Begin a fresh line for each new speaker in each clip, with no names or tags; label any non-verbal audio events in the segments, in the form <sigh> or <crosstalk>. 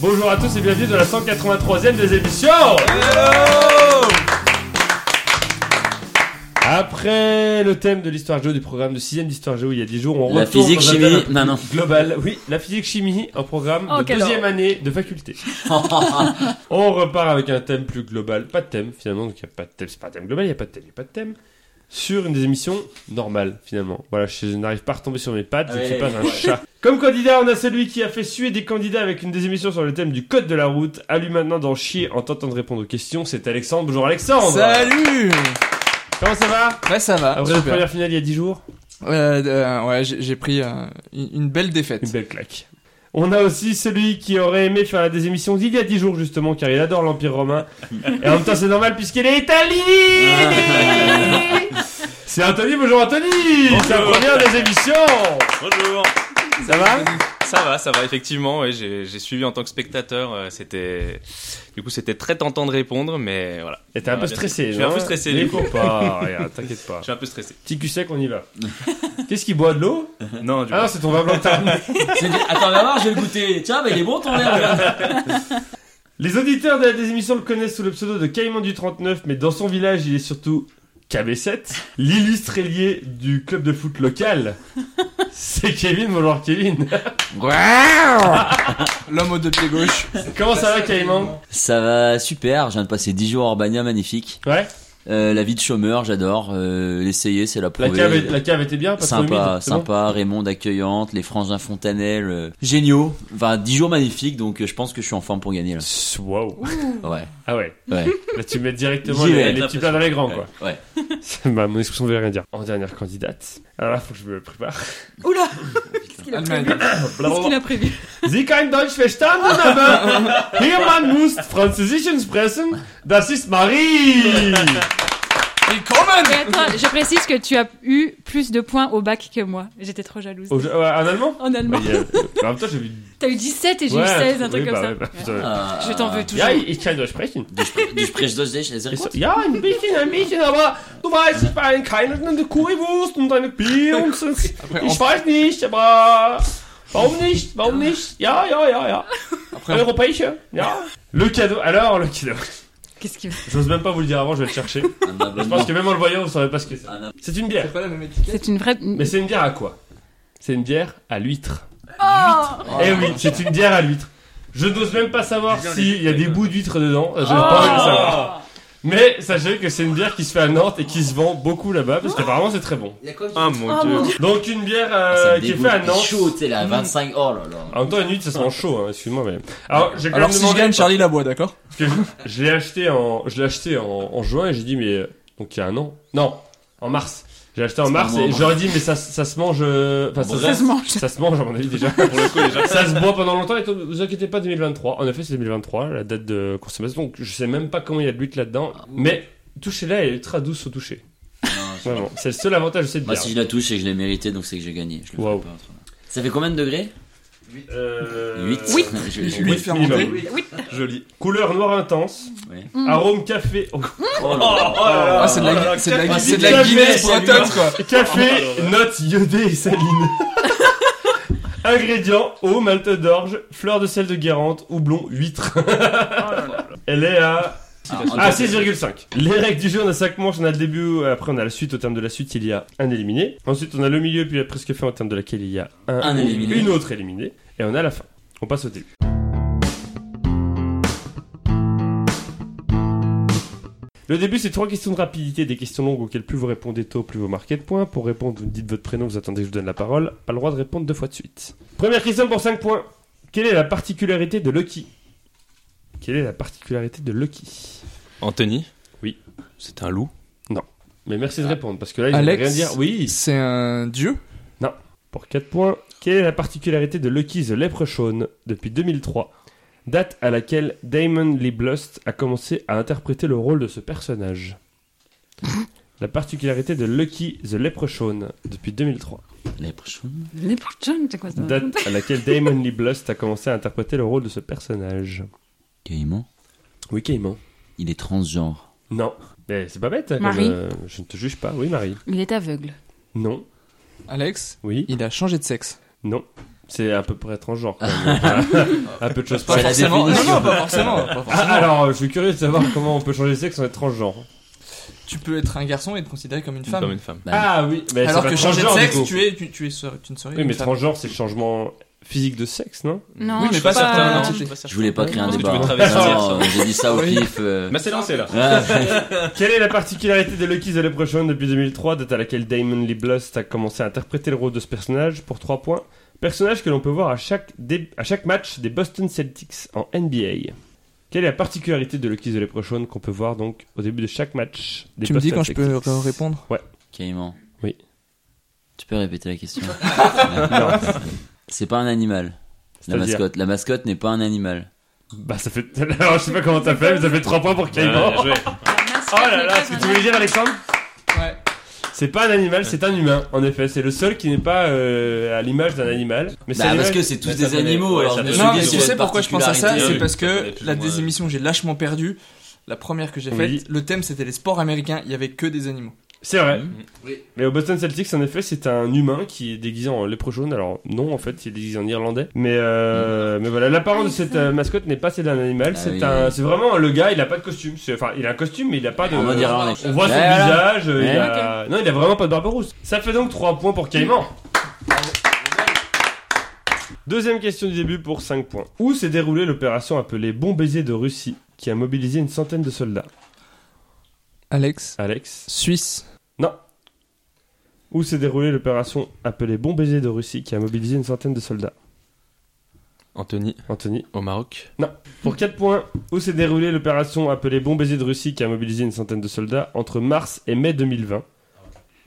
Bonjour à tous et bienvenue dans la 183e des émissions Après le thème de l'histoire géo du programme de 6ème d'histoire géo il y a 10 jours, on
La
retourne
physique,
dans un
chimie,
thème
non, non.
Global, oui, la physique chimie, un programme
Oh,
de
quelle
deuxième année de faculté. on repart avec un thème plus global, pas de thème finalement, donc il n'y a pas de thème, c'est pas un thème global, il n'y a pas de thème, il n'y a pas de thème, sur une des émissions normales finalement. Voilà, je, je n'arrive pas à retomber sur mes pattes, je ne
Ouais.
suis pas un chat. Comme candidat, on a celui qui a fait suer des candidats avec une des émissions sur le thème du code de la route, à lui maintenant d'en chier en tentant de répondre aux questions, c'est Alexandre, bonjour Alexandre
Salut
Comment ça va
Ouais, ça va.
Après la
super.
première finale il y a 10 jours
Euh, euh, ouais, j'ai j'ai pris euh, une une belle défaite.
Une belle claque. On a aussi celui qui aurait aimé faire des émissions d'il y a 10 jours, justement, car il adore l'Empire romain. Et en même temps, c'est normal puisqu'il est
<laughs>
Italie C'est Anthony, bonjour Anthony C'est la
Bonjour.
première des émissions
Bonjour
Ça va
Ça va, ça va, effectivement, ouais, j'ai j'ai suivi en tant que spectateur, euh, c'était... Du coup, c'était très tentant de répondre, mais voilà,
Et t'es un
Ah,
peu
merci.
stressé,
Je suis
non
un peu stressé,
Mais
du coup.
faut pas, regarde, t'inquiète pas.
je suis un peu stressé.
<laughs> Petit cul sec, on y va. <laughs> Qu'est-ce qu'il boit de l'eau
<laughs> Non, du
Ah non, c'est ton vin blanc que t'as <laughs> ramené.
<laughs> C'est du- Attends, viens voir, je vais le goûter. Tiens, bah, il est bon ton verre. regarde.
Les auditeurs de la désémission le connaissent sous le pseudo de Caïman du 39, mais dans son village, il est surtout KB7, l'illustre ailier du club de foot local. <laughs> C'est Kevin, bonjour <laughs> Kevin. <laughs>
L'homme aux deux pieds gauche.
Comment ça va Caïman
Ça va super. Je viens de passer 10 jours à Urbania, magnifique.
Ouais,
Euh, la vie de chômeur, j'adore. Euh, L'essayer, c'est la
la
prouver.
cave, est- la cave était bien, pas trop
Sympa,
humide, c'est bon
sympa, Raymond accueillante, les frangins Fontanel, euh, géniaux. Enfin, 10 jours magnifiques, donc euh, je pense que je suis en forme pour gagner là.
Wow.
Ouais,
Ah ouais,
ouais.
là tu mets directement
J'y
les,
vais.
les petits plats dans les grands quoi.
Ouais.
<laughs> Bah, mon expression ne veut rien dire. En dernière candidate, alors là faut que je me <laughs> prépare.
Oula Qu'est-ce qu'il a prévu
Allemagne.
Qu'est-ce qu'il a prévu
Sie kann Deutsch verstanden, aber hier man muss Französisch sprechen. Das ist Marie.
Et attends, je précise que tu as eu plus de points au bac que moi. J'étais trop jalouse.
Au- euh, en allemand
Oh. En allemand.
Bah, il y a- en même temps, j'ai vu.
T'as eu 17 et j'ai eu
Ouais,
16, un truc
oui,
comme
bah,
ça.
ouais, bah, putain.
Ah.
Je t'en veux toujours.
Ja, ich kann Deutsch sprechen.
Du Spre- du Sprechdeutsch, sehr
Ich so,
gut.
ja, ein bisschen, ein bisschen, aber du weißt, ich meine, keine eine Currywurst und eine Bier und so. <laughs> Ich weiß nicht, aber warum nicht? Warum nicht? Ja, ja, ja, ja.
Après,
Europäische, ja. Le cadeau, alors le cadeau.
Qu'est-ce qu'il
J'ose même pas vous le dire avant, je vais le <laughs> chercher.
Un
Je pense
abonnement.
que même en le voyant, vous saurez pas ce que c'est.
Un ab-
C'est une bière.
c'est pas la même étiquette.
C'est une vraie.
Mais c'est une bière à quoi C'est une bière à l'huître.
Oh
Ah.
Eh oui, c'est une bière à l'huître. Je n'ose même pas savoir s'il y a des bouts d'huître dedans. Je n'ai pas envie de le savoir. Mais sachez que c'est une bière qui se fait à Nantes et qui se vend beaucoup là-bas parce qu'apparemment c'est très bon.
Ah mon
Oh,
dieu
mon Dieu.
Donc une bière euh,
Ah, Ça me
qui est
dégoûte.
faite à Nantes.
chaud, tu sais, là, 25. Oh là là.
En même temps, une huître ça se mange chaud, hein, excuse-moi. Mais... Alors, j'ai quand
Ah. Alors
même
si je
demandé-
gagne, Charlie la boit, d'accord
parce que je, je l'ai acheté en, je l'ai acheté en, en juin et j'ai dit mais euh, donc il y a un an. Non, en mars. J'ai acheté en
C'est
mars
pas moi,
et
en
j'aurais dit mais ça, ça se mange. euh, Enfin, ça,
Ça se mange.
Ça se mange, à mon avis,
<laughs>
déjà. Ça se boit pendant longtemps, et ne vous inquiétez pas, 2023. En effet, c'est 2023, la date de consommation. Donc, je sais même pas comment il y a de l'huile là-dedans. Mais, touchez-la, elle est ultra douce au toucher.
Non, je-
Vraiment. C'est le seul avantage de cette
Moi,
bière.
Bah, si je la touche et que je l'ai mérité, donc c'est que j'ai gagné. Je le ferai
Wow.
pas autrement. Ça fait combien de degrés
Euh,
8 <laughs>
Huit fermentés.
minimum.
Joli
Couleur noire intense,
Ouais.
arôme café, oh,
Ah, c'est de
Oh là
la,
là,
c'est de la,
quatre-
c'est de la
quatre-
Guinness
quatre-
bretonne, quoi.
café, notes iodées et salines. <laughs> Ingrédients eau, malte d'orge, fleur de sel de guérante, houblon, huître. Elle est à Ah, 6,5. Les règles du jeu, on a 5 manches, on a le début, euh, après on a la suite, au terme de la suite il y a un éliminé. Ensuite on a le milieu, puis la presque fin, au terme de laquelle il y a un,
Un
ou
éliminé.
une autre éliminée. Et on a la fin. On passe au début. Le début, c'est trois questions de rapidité, des questions longues auxquelles plus vous répondez tôt, plus vous marquez de points. Pour répondre, vous me dites votre prénom, vous attendez que je vous donne la parole. Pas le droit de répondre deux fois de suite. Première question pour 5 points. Quelle est la particularité de Lucky Quelle est la particularité de Lucky
Anthony
Oui.
C'est un loup
Mais merci de répondre, parce que là, ils
Alex.
vont rien dire. Oui,
C'est un dieu
pour 4 points. Quelle est la particularité de Lucky the Leprechaun depuis 2003, date à laquelle Damon Lee Blust a commencé à interpréter le rôle de ce personnage La particularité de Lucky the Leprechaun depuis 2003,
Les prochains.
N'importe John, c'est quoi ça
date à laquelle Damon Lee Blust a commencé à interpréter le rôle de ce personnage.
Caïman,
Oui, Caïman.
il est transgenre.
Non. Mais c'est pas bête. hein, comme,
Marie.
euh, je ne te juge pas. Oui, Marie.
Il est aveugle.
Non.
Alex
Oui.
Il a changé de sexe.
Non. C'est à peu près transgenre. Quand <laughs> même. à peu de choses
Pas
C'est
près.
la
forcément. Non,
définition.
non, pas forcément. <laughs> pas forcément.
Ah, alors, je suis curieux de savoir <laughs> comment on peut changer de sexe en être transgenre.
Tu peux être un garçon et te considérer comme une femme.
Comme une femme.
Ah oui, mais
Alors
c'est pas
que changer de
transgenre, du coup.
sexe, tu es, tu, tu es, sœur- tu ne serais
Oui, mais
une femme.
transgenre, c'est le changement physique de sexe, non
Non, je
Oui, mais
suis
pas certain,
non,
non.
je suis certain.
Je voulais pas créer un
Parce que
débat.
tu peux
hein.
traverser
Non, j'ai dit ça au
Oui.
pif.
<laughs>
euh. ah,
Bah, c'est lancé là.
Ouais.
Ah.
Quelle est la particularité de Lucky's The Leprechaun depuis 2003, date à laquelle Damon Lee Blust a commencé à interpréter le rôle de ce personnage pour 3 points Personnage que l'on peut voir à chaque, dé- à chaque match des Boston Celtics en NBA. Quelle est la particularité de Lucky's The Leprechaun qu'on peut voir donc au début de chaque match des
Tu me
Boston
dis quand je peux
Celtics
euh, répondre
Caïman.
Oui.
Tu peux répéter la question
Non,
C'est pas un animal. La
C'est-à-dire
mascotte. La mascotte n'est pas un animal.
bah ça fait. <laughs> Alors je sais pas comment t'as fait, mais ça fait 3 points pour Caïman.
Bien joué.
La mascotte
Oh là
n'est
là,
pas
ce que
un
tu voulais
animal.
dire Alexandre
Ouais.
C'est pas un animal, c'est un humain, en effet. C'est le seul qui n'est pas euh, à l'image d'un animal. Mais c'est
Bah,
un
parce
animal-
que c'est tous
Mais ça
des
fait-
animaux.
ouais,
alors
ça
Ah,
je me
fait-
suis
Non,
dit
mais
sur
tu
sur
sais
la
pourquoi je pense à ça
particularité,
C'est
oui.
parce que
Plus ou
la
moins,
des
euh.
émissions, j'ai lâchement perdu. La première que j'ai faite,
Oui.
le thème c'était les sports américains, il y avait que des animaux.
C'est vrai.
Hmm.
Mhm.
Oui.
Mais au Boston Celtics, en effet, c'est un humain qui est déguisé en lépreux jaune. Alors, non, en fait, il est déguisé en irlandais. Mais, euh, mais voilà, l'apparence de cette euh, mascotte n'est pas celle d'un animal.
Ah
c'est
oui,
un,
oui.
c'est vraiment le gars, il a pas de costume. C'est- Enfin, il a un costume, mais il a pas de.
On va dire alors,
On voit son
Ouais, voilà.
visage. euh, il
Ouais.
a- Non, il a vraiment pas de barbe rousse. Ça fait donc 3 points pour Caïman. Deuxième question du début pour 5 points. Où s'est déroulée l'opération appelée Bon baiser de Russie qui a mobilisé une centaine de soldats
Alex,
Alex
Suisse,
Où s'est déroulée l'opération appelée Bon baiser de Russie qui a mobilisé une centaine de soldats
Anthony,
Anthony
au Maroc.
Pour 4 points, où s'est déroulée l'opération appelée Bon baiser de Russie qui a mobilisé une centaine de soldats entre mars et mai 2020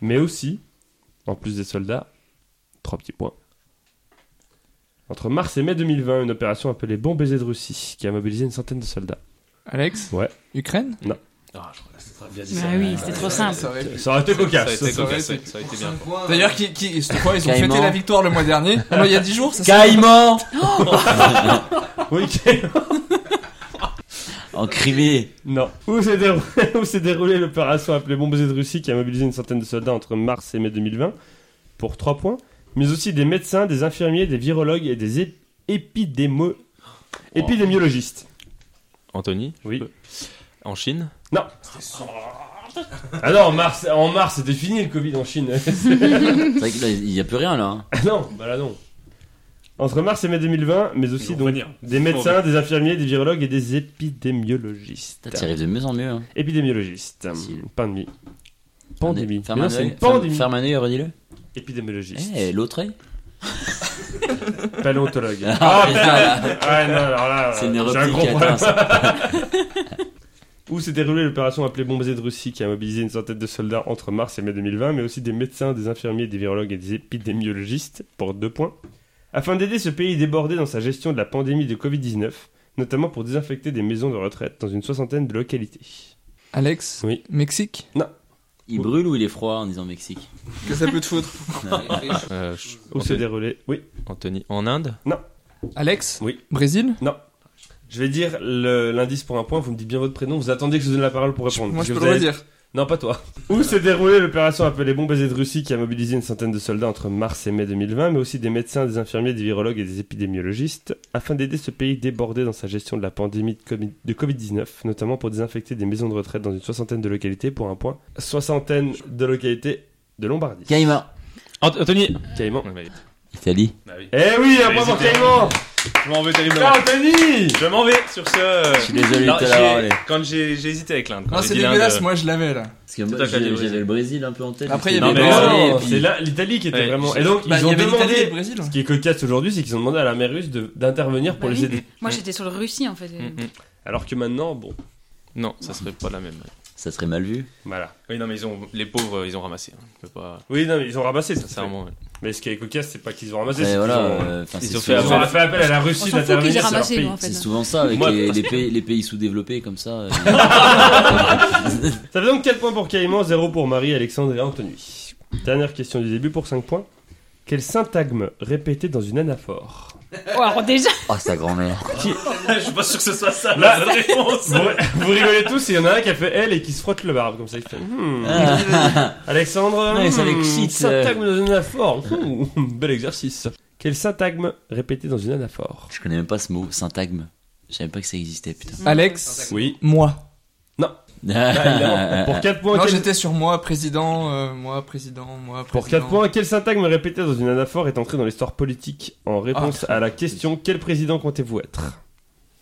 Mais aussi, en plus des soldats, 3 petits points. Entre mars et mai 2020, une opération appelée Bon baiser de Russie qui a mobilisé une centaine de soldats.
Alex,
Ouais.
Ukraine.
Ah, je crois que c'est bien
Bah oui, c'était trop
Ah,
simple.
Ça aurait été
Ça
cocasse.
a été
Ça aurait
cocasse,
été-
ouais, ça a été bien.
D'ailleurs, qui, qui, cette fois, ils ont
Caïman.
fêté la victoire le mois <laughs> dernier. Ah non, il y a 10 jours, ça c'est-
Caïman
<laughs> Oui,
En Crimée.
Non. Où s'est dérou- où s'est déroulée <laughs> l'opération appelée Bon baiser de Russie qui a mobilisé une centaine de soldats entre mars et mai 2020 pour 3 points, mais aussi des médecins, des infirmiers, des virologues et des ép- épidémo- Oh. épidémiologistes.
Anthony,
Oui.
en Chine.
Ah non, en mars, en mars c'était fini le Covid en <laughs> Chine.
C'est vrai que là, il n'y a plus rien là. hein.
Ah non, bah là non. Entre mars et mai 2020, mais aussi
Ils vont
donc,
revenir.
des médecins, des infirmiers, des virologues et des épidémiologistes.
Putain, T'y arrives de mieux en mieux. hein.
Épidémiologistes.
Facile.
Pandémie. Pandémie.
Ferme
Mais
un
non, c'est
œil.
une pandémie.
Ferme un œil, redis-le.
Épidémiologiste.
Eh, l'autre œil.
Paléontologue.
<laughs> Ah, putain.
ouais, non, alors là,
C'est une
Euh, j'ai
neurotique
un gros
qui atteint
problème.
ça.
Où s'est déroulée l'opération appelée Bon baiser de Russie qui a mobilisé une centaine de soldats entre mars et mai 2020, mais aussi des médecins, des infirmiers, des virologues et des épidémiologistes, pour deux points, afin d'aider ce pays débordé dans sa gestion de la pandémie de Covid-19, notamment pour désinfecter des maisons de retraite dans une soixantaine de localités.
Alex,
Oui.
Mexique.
Il brûle ou il est froid en disant Mexique
Que ça peut te foutre.
Euh, je-
Où s'est
Anthony-
déroulée Oui,
Anthony, en Inde.
Alex,
Oui.
Brésil.
je vais dire le- l'indice pour un point, vous me dites bien votre prénom, vous attendez que je vous donne la parole pour répondre.
Moi,
parce
je
que
peux
vous
le
avez-
redire.
Non, pas toi. Où s'est déroulée l'opération appelée Bon baiser de Russie qui a mobilisé une centaine de soldats entre mars et mai 2020, mais aussi des médecins, des infirmiers, des virologues et des épidémiologistes, afin d'aider ce pays débordé dans sa gestion de la pandémie de Covid- de Covid-19, notamment pour désinfecter des maisons de retraite dans une soixantaine de localités pour un point, soixantaine de localités de Lombardie.
Caïman.
Ant- Anthony.
Caïman.
Italie.
Eh oui, un point pour
Hésité.
Caïman
Je m'en vais terriblement.
Anthony
Je m'en vais sur ce. euh,
Je suis désolé de
Non,
te
j'ai-
l'avoir volé.
Quand j'ai j'ai hésité avec l'Inde. quand
Non,
j'ai
c'est
hein,
dit l'Inde,
dégueulasse,
euh,
moi je l'avais là.
Parce que
Tout
moi,
à fait,
j'ai-
le
j'avais le Brésil un peu en tête.
Après,
puis
il y
avait
Mais
le
le
Brésil,
non,
et puis-
c'est la- l'Italie qui était
Ouais,
vraiment...
je-
Et donc, ils
Bah, il y
ont
avait l'Italie et
demandé...
le Brésil.
Ce qui est cocasse aujourd'hui, c'est qu'ils ont demandé à la mer russe de- d'intervenir pour
Bah
les
oui.
aider.
Moi, j'étais sur le Russie, en fait.
mm, mm.
Alors que maintenant, bon,
Non, ça serait pas la même.
Ça serait mal vu.
voilà.
Oui, non, mais ils ont les pauvres, ils ont ramassé. hein. On peut pas.
Oui, non, mais ils ont ramassé, sincèrement.
Sincèrement. ouais.
Mais ce qui est cocasse, c'est pas qu'ils ont ramassé,
Après,
c'est
voilà,
qu'ils ont...
euh, enfin,
ils
c'est
ont fait
Ils
souvent-
ont fait appel à la
On
Russie
s'en fout qu'ils aient
d'intervenir sur leur
ramassé, hein.
pays.
en fait.
C'est souvent ça avec
Moi,
les,
parce
les pays, les pays sous-développés comme ça. euh,
Ça fait donc 4 points pour Caïman, 0 pour Marie, Alexandre et Anthony. Dernière question du début pour 5 points. Quel syntagme répété dans une anaphore
Oh, alors déjà,
Ah, sa grand-mère.
Je suis pas sûr que ce soit ça
Là-
la bonne réponse.
vous, vous rigolez tous, il y en a un qui a fait elle et qui se frotte le barbe comme ça. il fait, hmm. <laughs> Alexandre,
Ouais, ça
hmm,
l'excite,
syntagme dans une anaphore. hmm, <laughs> bel exercice. Quel syntagme répété dans une anaphore
Je connais même pas ce mot, syntagme. Je savais même pas que ça existait,
<laughs>
putain.
Alex,
Oui.
moi.
Ah, pour 4 points,
Non,
quel-
j'étais sur moi, président, euh, moi, président, moi, président.
Pour 4 points, quel syntagme répété dans une anaphore est entré dans l'histoire politique en réponse
Ah,
à la question Quel président comptez-vous être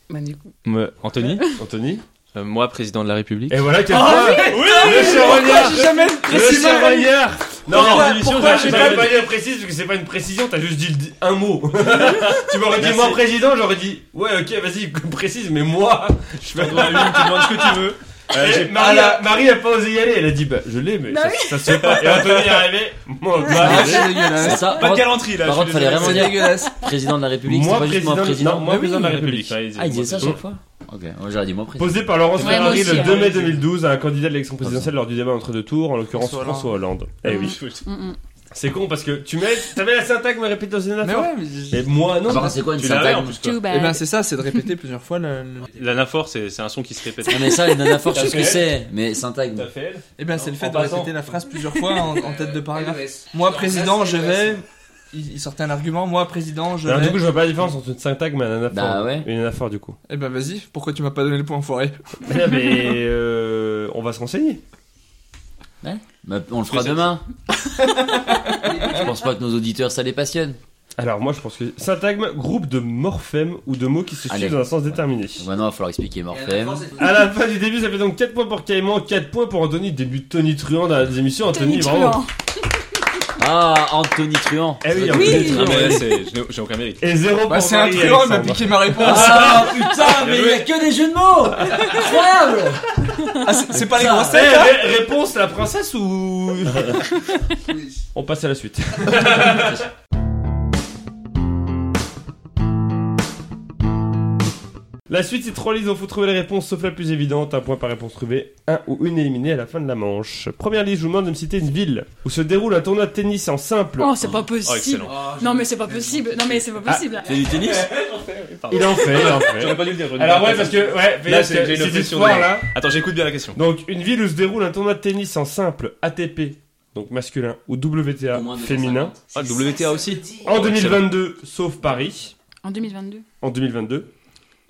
Bah, du coup.
Me- Anthony
Anthony
Euh, Moi, président de la République.
Et
Ah
voilà quel
Ah
point Le
Pourquoi
chevalier
j'ai jamais
Le
précisé
chevalier Non,
Pourquoi-
non,
pourquoi j'ai pas-
manière précise parce que c'est pas une précision, t'as juste dit le- un mot. tu m'aurais dit
Merci.
moi président, j'aurais dit ouais, ok, vas-y, <laughs> précise, mais moi, je fais
Toi, Lune, tu demandes ce que tu veux. Euh,
Et
j'ai-
Marie,
Ah,
a, Marie a pas osé y aller, elle a dit bah je l'ai mais
Bah
ça, ça se fait pas. Et Anthony est arrivé, moi, bah,
Ah, c'est
C'est
dégueulasse.
ça
Pas de
Par-
galanterie là.
Par
je suis
contre, fallait
désolé.
vraiment
C'est
dire
dégueulasse.
président de la République, c'est
moi
pas juste moi
président,
président.
non, moi
Mais
président de la
oui.
République.
Ouais,
Ah, il disait ça à
Mmh.
chaque fois Ok, moi, j'aurais dit moi président.
Posé par Laurence
Ouais, moi
Ferrari
aussi,
le
hein.
2 mai 2012 à un candidat de l'élection présidentielle lors du débat entre deux tours, en l'occurrence
François
François Hollande. Eh
Eh
oui.
oui.
Mm, mm.
C'est con parce que tu mets, t'avais la syntagme répétée dans une
<laughs> Mais
anaphore.
ouais, mais
Et
j'ai-
moi non.
Ah, par contre, c'est quoi une
Tu l'avais en
syntagme
plus quoi.
Too bad.
Eh ben c'est ça, c'est de répéter plusieurs fois le. le-
L'anaphore, c'est c'est un son qui se répète.
Ah, mais ça, les nanaphores, je sais ce
Ok.
que c'est, mais syntagme.
fait elle
Eh ben c'est le
En
fait de
passant.
répéter la phrase plusieurs fois en, en tête de paragraphe. Moi président, je vais. Il, il sortait un argument. Moi président, je
Alors, Ben, du
vais.
coup, je vois pas la différence entre une syntagme et un anaphore.
Bah ouais.
Une anaphore du coup. Eh,
Eh ben vas-y. Pourquoi tu m'as pas donné le point forêt
mais euh, on va se renseigner.
Bah, on le fera
que ça-
demain. <laughs> Je pense pas que nos auditeurs, ça les passionne.
Alors moi je pense que syntagme groupe de morphèmes ou de mots qui se
Allez.
suivent dans un sens déterminé.
Maintenant, bah il va falloir expliquer Morphème.
À la fin du début, ça fait donc 4 points pour Caïman, 4 points pour Anthony. Début de Tony Truand dans les émissions. Anthony,
Tony
bravo.
Truant.
Ah, Anthony Truant.
Eh oui,
Ça,
Anthony
Anthony
Ah,
Truant.
mais là, c'est- je n'ai- j'ai aucun mérite.
Et 0 pour
Bah c'est un
Marie et
truand, il m'a
Alexandre.
piqué ma réponse.
Ah putain,
<laughs>
mais il y a que des jeux de mots Incroyable
Ah, c'est c'est pas les
Ça.
grosses
Eh,
têtes.
ré- réponse la princesse ou On passe à la suite. <laughs> La suite, c'est trois listes dont il faut trouver les réponses, sauf la plus évidente. Un point par réponse trouvée, un ou une éliminée à la fin de la manche. Première liste, je vous demande de me citer une ville où se déroule un tournoi de tennis en simple.
Oh, c'est pas
Oh,
possible.
excellent.
Ah,
non, mais c'est pas possible. Non, mais c'est pas possible.
C'est du tennis
Il en fait, il en fait.
J'aurais pas dû le dire. j'aurais
<laughs>
dû
Alors
dire
ouais,
la
parce que ouais,
Là,
parce
c'est-
que
j'ai une
cette
obsession,
histoire,
ouais.
là.
Attends, j'écoute bien la question.
Donc une ville où se déroule un tournoi de tennis en simple ATP, donc masculin, ou WTA
Au moins 250.
féminin.
Ah, WTA aussi
En
Oh,
2022, sauf Paris.
En 2022.
En 2022.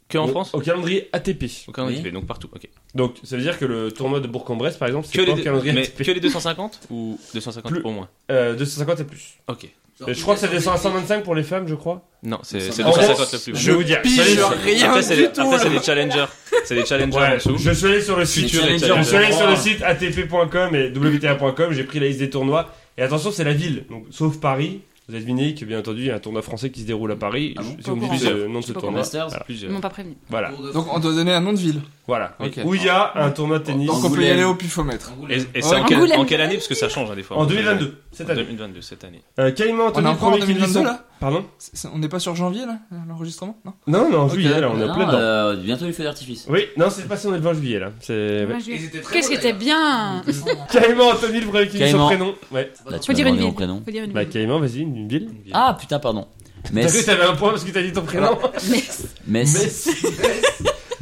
Que en
au-
France
Au calendrier ATP.
Aucun
Oui.
oui. donc partout. ok.
Donc, ça veut dire que le tournoi de Bourg-en-Bresse, par exemple,
Que
c'est pas
les,
au
deux-
calendrier
mais
ATP.
que les 250 ou 250
Plus-
au moins
Euh, 250 et plus.
Ok.
Euh, je crois que ça descend à 125 pour les femmes, je crois.
Non, c'est c'est
En gros,
250 le plus.
je vais vous dire.
pige
ça y est,
rien
après, c'est
du
les-
tout,
Après,
là.
c'est les challengers. C'est les challengers en
Ouais,
dessous.
je suis allé sur le site.
Futur
Futur et
Challenger.
Je suis allé sur le
Oh.
site atp.com et wta.com, j'ai pris la liste des tournois. Et attention, c'est la ville, donc sauf Paris. Vous avez deviné que, bien entendu, il y a un tournoi français qui se déroule à Paris.
Ah bon
si vous me
Pas
dites euh,
au
le nom de ce
Pas au
tournoi.
Masters
Ils m'ont pas prévenu.
Voilà.
Donc on doit donner un nom de ville.
Voilà. oui.
Ok.
Où il y a un tournoi de tennis
Donc on peut y aller au pifomètre.
Et, et c'est en,
Ouais.
quel-
Angoulême.
en quelle année Parce que ça change hein, des fois.
en 2022, cette
En
année.
2022, cette année.
Euh, Caïman,
On est
Anthony,
encore en
premier qui dit
2022
son-
là
Pardon
C'est- c'est- On n'est pas sur janvier là, l'enregistrement
<laughs>
Non
Non, non, en
Ok. ah, bah,
juillet, là, on est en plein
Non,
dedans.
euh, bientôt les feux d'artifice.
Oui, non, c'est passé, on est le 20 juillet, là. C'est... ouais.
Moi, je- Qu'est-ce qui était bien
Mm-hmm. Caïman, Anthony, le premier qui dit son
Caïman.
prénom. Ouais.
Là, tu
Faut
m'as
dire une
demandé mon
ville.
prénom.
Faut dire une
Bah,
ville.
Caïman, vas-y, une une ville.
Ah putain, pardon.
T'as cru que
Metz.
t'avais un point parce que t'as dit ton prénom
Metz.
Metz.
Metz.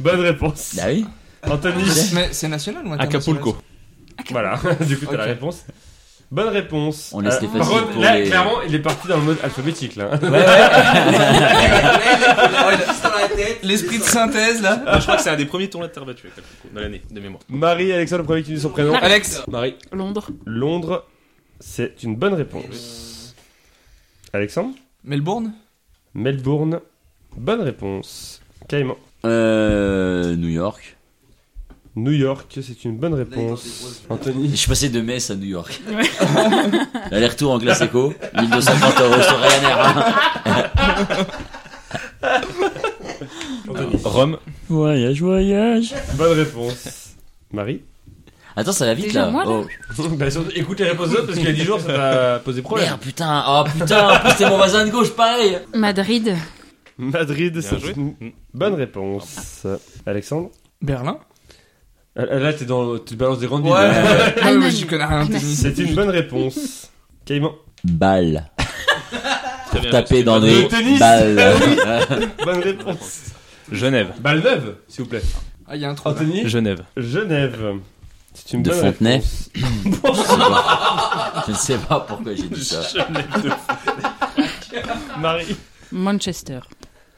Bonne réponse.
Bah oui.
Anthony.
Mais c'est national ou international
Acapulco.
Voilà, <laughs> du coup, t'as
Ok.
la réponse. Bonne réponse.
On laisse les
Par
faciles
contre,
pour
là,
les-
clairement, il est parti dans le mode alphabétique, là. <laughs>
L'esprit de synthèse là
Ah, je crois que c'est un des premiers tournois de terre battue, Acapulco, dans l'année,
<laughs>
de mémoire.
Marie, Alexandre, le premier qui dit son prénom.
Alex
Marie.
Londres.
Londres, c'est une bonne réponse. Alexandre
Melbourne
Melbourne, bonne réponse. Caïman.
Euh, New York.
New York, c'est une bonne réponse. Anthony.
Je suis passé de Metz à New York. <laughs> L'aller-retour en
<laughs>
classe éco. 1250 euros sur Ryanair. hein.
Rome.
Voyage, voyage.
Bonne réponse. Marie
Attends, ça va vite
Déjà,
là.
moi, là
Oh.
Bah, Écoute les réponses d'autres parce qu'il y a 10 jours ça t'a posé
Merde, putain. Oh putain, en plus, c'est mon voisin de gauche, pareil.
Madrid.
Madrid,
Bien
c'est
joué.
une bonne réponse. Alexandre
Berlin
Euh, Là t'es dans, tu te balances des grandes villes, hein. <laughs>
Ouais,
Allemagne.
mais j'y connais rien au tennis.
Ah, C'est une bonne réponse. Caïman.
Balle.
Très bien,
Taper
Euh, c'est-
dans
Le
des
tennis.
balles.
Bonne réponse.
Genève.
Balle neuve, s'il vous plaît.
Ah, il y a un trou. là.
Anthony
Genève.
Genève. C'est une
De
bonne
Fontenay.
réponse.
Je ne sais pas pourquoi j'ai dit ça.
Marie.
Manchester.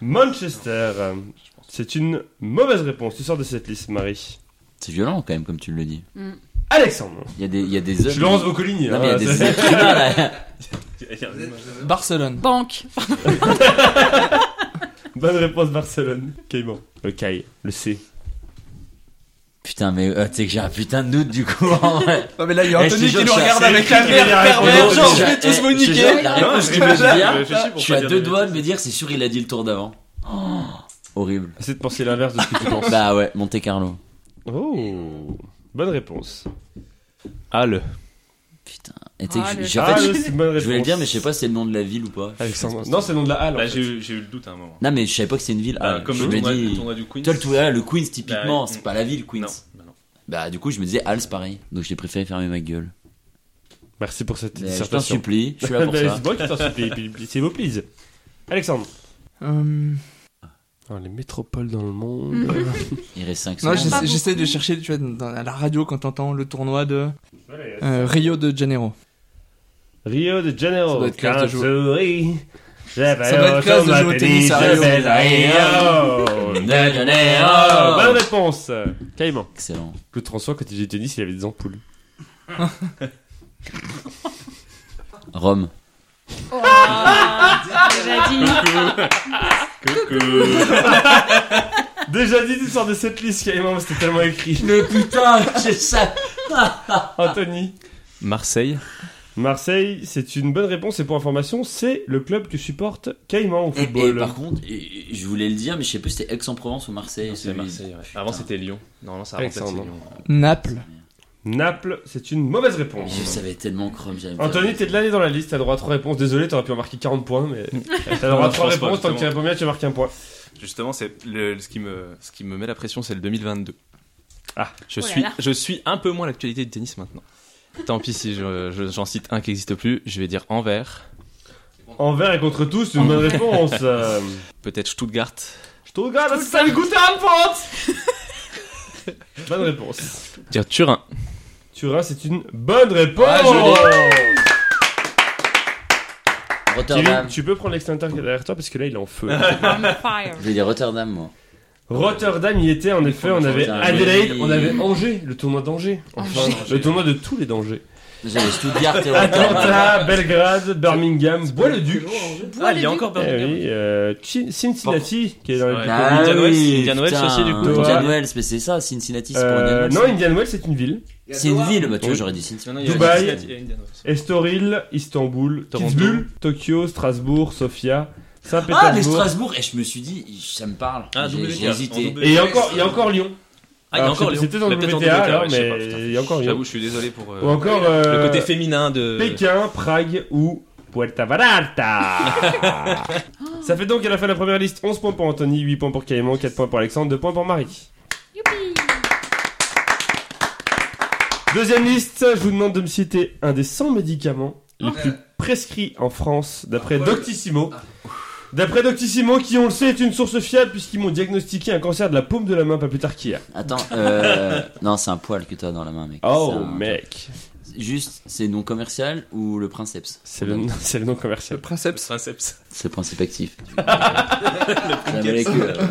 Manchester. C'est une mauvaise réponse. Tu sors de cette liste, Marie.
C'est violent quand même, comme tu le dis.
Alexandre.
Il y a des, il y a des hommes.
Je lance vos lignes.
Non, mais il y a
hein,
des
c'est- <laughs>
êtres humains, là.
<laughs>
Barcelone.
Banque.
Bonne réponse, Barcelone. Caïman. Le Caï. Le C.
Putain, mais euh, tu sais que j'ai un putain de doute du coup. en vrai.
Ah, mais là, il y a
Eh, je
Anthony
te jure,
qui nous
je suis
regarde
assez
avec la
culte,
merde
il y a
Ah
rien.
pervers.
Non,
Genre, je
je-
vais tous
eh,
vous
je te
niquer.
jure, la
Ah,
réponse
je
que
vais
je
faire.
viens- Je suis à
dire
deux
des
doigts de me dire c'est sûr il a dit le tour d'avant. Oh, horrible.
Essaie de penser l'inverse de ce que tu penses.
<laughs> Bah ouais, Monte Carlo.
Oh. Bonne réponse. Ah le.
Putain. Et tu sais que
Ah,
je-
le-
j'ai- en
Ah
fait,
le, c'est une bonne
je,
réponse.
je voulais le dire mais je sais pas si c'est le nom de la ville ou pas.
Ah,
Alexandre. Non, c'est le nom de la halle. en
Bah,
fait.
j'ai eu j'ai eu le doute à un moment.
Non mais je savais pas que c'est une ville.
Bah,
Ah,
Comme
je
le
me
tournoi
dis.
le tournoi du Queen.
Toi le tour- ah, le Queens typiquement,
Bah,
c'est
mm.
pas la ville Queens.
Non, bah non.
Bah du coup je me disais Al c'est pareil. Donc j'ai préféré fermer ma gueule.
Merci pour cette
Mais je t'en
dissertation.
supplie, je suis
<laughs>
là pour
Bah,
ça.
C'est moi qui t'en supplie. puis- puis C'est vos please. Alexandre.
Euh,
Ah, les métropoles dans le monde.
Il reste 5
Non,
secondes.
j'essa-
beaucoup.
j'essaie de chercher, tu vois, dans- à la radio quand t'entends le tournoi de euh, Rio de Janeiro.
Rio de
Ça
Janeiro.
doit être classe de jouer.
Kansuri. Ça
doit être classe de jouer au tennis à Rio.
De Janeiro.
Oh, Bonne réponse. Caïman.
Excellent.
Claude François, quand il faisait du tennis, il avait des ampoules.
Rome.
Déjà dit.
Coucou.
Déjà dit, tu sors de cette liste, Caïman, c'était tellement écrit.
Mais putain, c'est ça.
Anthony.
Marseille.
Marseille, c'est une bonne réponse et pour information, c'est le club que supporte Caïman au
Et, et
football.
Eh, par contre, et- et je voulais le dire, mais je sais plus si c'était Aix-en-Provence ou Marseille.
Ah, C'est
celui-
Marseille. ouais. Avant c'était Lyon. Normalement ça avant c'était
Alexandre.
Lyon.
Naples.
Naples, c'est une mauvaise réponse.
Je savais tellement que Rome, j'avais pas-
Anthony, t'es de l'année dans la liste, t'as droit à 3 réponses. Désolé, t'aurais pu en marquer 40 points,
<laughs>
mais t'as droit à
je
3
pense pas,
réponses. Tant que tu
justement.
réponds bien, tu marques un point.
Justement, c'est le, ce qui me ce qui me met la pression, c'est le 2022.
Ah.
je
Oh là
suis
là.
je suis un peu moins l'actualité du tennis maintenant. Tant pis si je- je- j'en cite un qui n'existe plus, je vais dire Anvers,
Envers et contre tous, une bonne
<laughs>
réponse. Euh,
peut-être Stuttgart.
Stuttgart, das ist ein guter Antwort.
<laughs>
Bonne réponse.
Dire Turin.
Turin, c'est une bonne réponse.
Ah, Rotterdam.
Kevin, tu peux prendre l'extincteur qui est derrière toi parce que là, il est en
<laughs>
feu.
On fire.
Je vais dire Rotterdam, moi.
Rotterdam y était en
Oh,
effet, on avait
Putain,
Adelaide,
oui.
on avait Angers, le tournoi d'Angers, enfin
Angers.
le tournoi de tous les dangers.
J'avais Stuttgart et Rotterdam.
Atlanta, Belgrade, Birmingham, Bois-le-Duc,
Ah, il y a encore
eh
Birmingham.
oui, euh, Chi- Cincinnati qui est dans les
Ouais.
plus
Ah,
connues.
Indian Wells, Indian Wells
putain,
aussi, du coup.
Indian
Ouais.
Wells, mais c'est ça, Cincinnati, c'est pour Indian
Euh,
Wells.
non, Indian Wells c'est une ville.
C'est une ville, bah tu vois,
Oui.
j'aurais dit Cincinnati.
Non, non, il y a
Dubaï.
Cincinnati, il y a Indiana aussi.
Estoril, Istanbul,
Toronto.
Kitzbühel, Tokyo, Strasbourg, Sofia,
Ah, les
Saint-Pétersbourg.
Strasbourg, et je me suis dit, ça me parle.
Ah,
J'ai
double
j'ai
carte, en
hésité.
double.
et il y a encore, il y a encore Lyon.
Ah, il y a
Alors,
encore
c'est-
Lyon.
c'était dans le
Mais peut-être en
WTA, alors,
ouais, je sais
mais
putain.
il y a encore Lyon.
J'avoue, je suis désolé pour euh,
Ou encore
le
euh,
côté féminin de
Pékin, Prague ou Puerto Vallarta. Ça fait donc à la fin de la première liste 11 points pour Anthony, 8 points pour Caïman, 4 points pour Alexandre, 2 points pour Marie.
Youpi.
Deuxième liste, je vous demande de me citer un des 100 médicaments les plus prescrits en France d'après Doctissimo. D'après Doctissimo, qui on le sait est une source fiable puisqu'ils m'ont diagnostiqué un cancer de la paume de la main pas plus tard qu'hier.
Attends,
<laughs>
euh... non, c'est un poil que t'as dans la main, mec.
Oh
C'est un-
mec,
Juste, c'est non commercial ou le princeps
c'est le, c'est le nom
Le
commercial.
Princeps.
Princeps.
C'est le principe
<laughs>
actif. Jamais les queues, euh,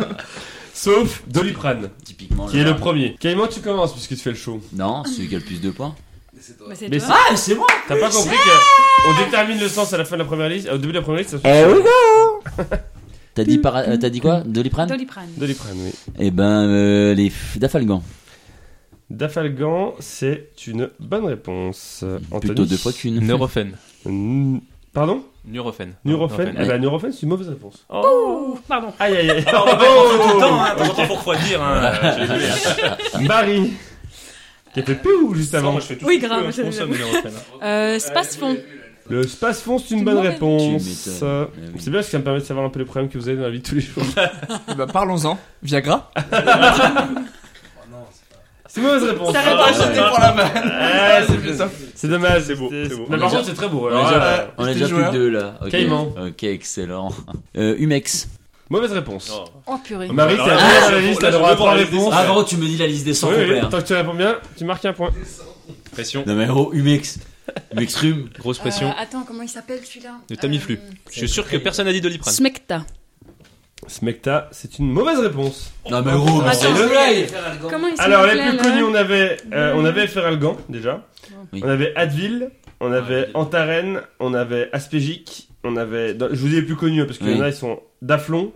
Sauf Doliprane,
typiquement.
qui est le premier. Caïman, tu commences puisque tu fais le show.
Non, celui qui a le plus de points.
Mais c'est
Mais
toi.
Ah, c'est moi
T'as pas compris que on détermine le sens à la fin de la première liste, au début de la première liste,
Eh
ça se
T'as dit, para- euh, t'as dit quoi Doliprane
Doliprane.
Doliprane, oui.
Eh ben, euh, les f- d'Afalgan.
Dafalgan, c'est une bonne réponse. Anthony.
Plutôt deux fois qu'une. <laughs>
Neurofen.
N- Pardon
Neurofen.
Nurofen Eh
ouais.
ben, Nurofen, c'est une mauvaise réponse.
Ouh, Pardon.
Aïe, aïe, aïe.
Ah, Oh. <laughs> on va pas prendre tout le temps, hein, t'as pas pour refroidir, hein. Je suis désolé, hein.
Marie Oh, Qui a fait piou juste avant.
Moi, je fais tout
Oui,
ce que je
grave,
peux, je
c'est-
consomme le Neurofen.
Euh, Space fond.
Le space fond, c'est une
Tu
bonne
m'aurais-
Tu
réponse.
m'étonnes.
Euh,
Mais oui.
C'est bien parce que ça me permet de savoir un peu les problèmes que vous avez dans la vie de tous les jours.
Eh ben, parlons-en. Viagra.
C'est une mauvaise réponse.
Ça
Ah,
répond,
ouais.
pour la <laughs> main.
Ah, c'est plus- C'est dommage,
C'est beau,
c'était-
c'est beau.
Mais par
On est
contre,
déjà-
c'est très beau.
on est
Alors,
déjà-
euh,
On a
C'était
déjà plus
joueur.
que deux là. Ok.
Caïman.
Ok, excellent. Euh, Humex.
Mauvaise réponse.
Oh purée.
Marie,
Alors
t'as
là,
bien
là,
dans la
je-
liste,
là,
t'as
je
droit à
veux
trois
voir les
réponses.
Ah, vraiment, tu me dis la liste des 100
Oui, oui,
complets. hein.
tant que tu réponds bien, tu marques un point.
Pression.
Non mais oh, Humex. Je m'exprime.
<laughs> Grosse pression.
Euh, attends, comment il s'appelle celui-là Euh,
Le Tamiflu. Je suis sûr que personne n'a dit Doliprane.
Smecta.
Smecta, c'est une mauvaise réponse.
Non, mais gros, mais
Attends.
c'est le.
Comment il s'appelle
Alors, les plus
là
connus, on avait, euh, on avait Feralgan, déjà.
Oui.
On avait Ah, Advil, on avait
Advil.
Antaren, on avait Aspégic, on avait. dans- Je vous dis les plus connus, hein, parce qu'il y en a,
Oui.
ils sont Daflon.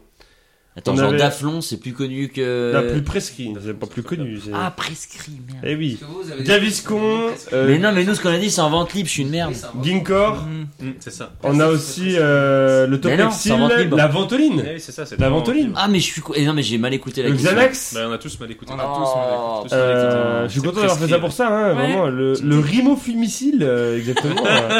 Attends,
On
genre
avait-
Daflon, c'est plus connu que.
Non, plus prescrit, c'est pas plus connu. c'est-
Ah, prescrit, merde.
Eh oui. Gaviscon, euh,
Mais non, mais nous, ce qu'on a dit, c'est en vente libre, je suis une merde.
Ginkor,
Mhm.
Mm, c'est ça.
on a aussi euh, le
Mais non,
Toprexil,
ça rentre libre.
la
Eh
Ventoline,
oui, c'est ça. c'est
la
vraiment-
Ventoline,
Ah, mais je suis. co- eh non, mais j'ai mal écouté la
le
question.
Xanax.
Bah, on a tous mal écouté.
On a
Oh.
tous mal écouté.
Euh, je suis
C'est
content d'avoir fait ça
prescrit.
pour ça, hein, vraiment. Le, le Rimofumicil, euh, exactement. euh.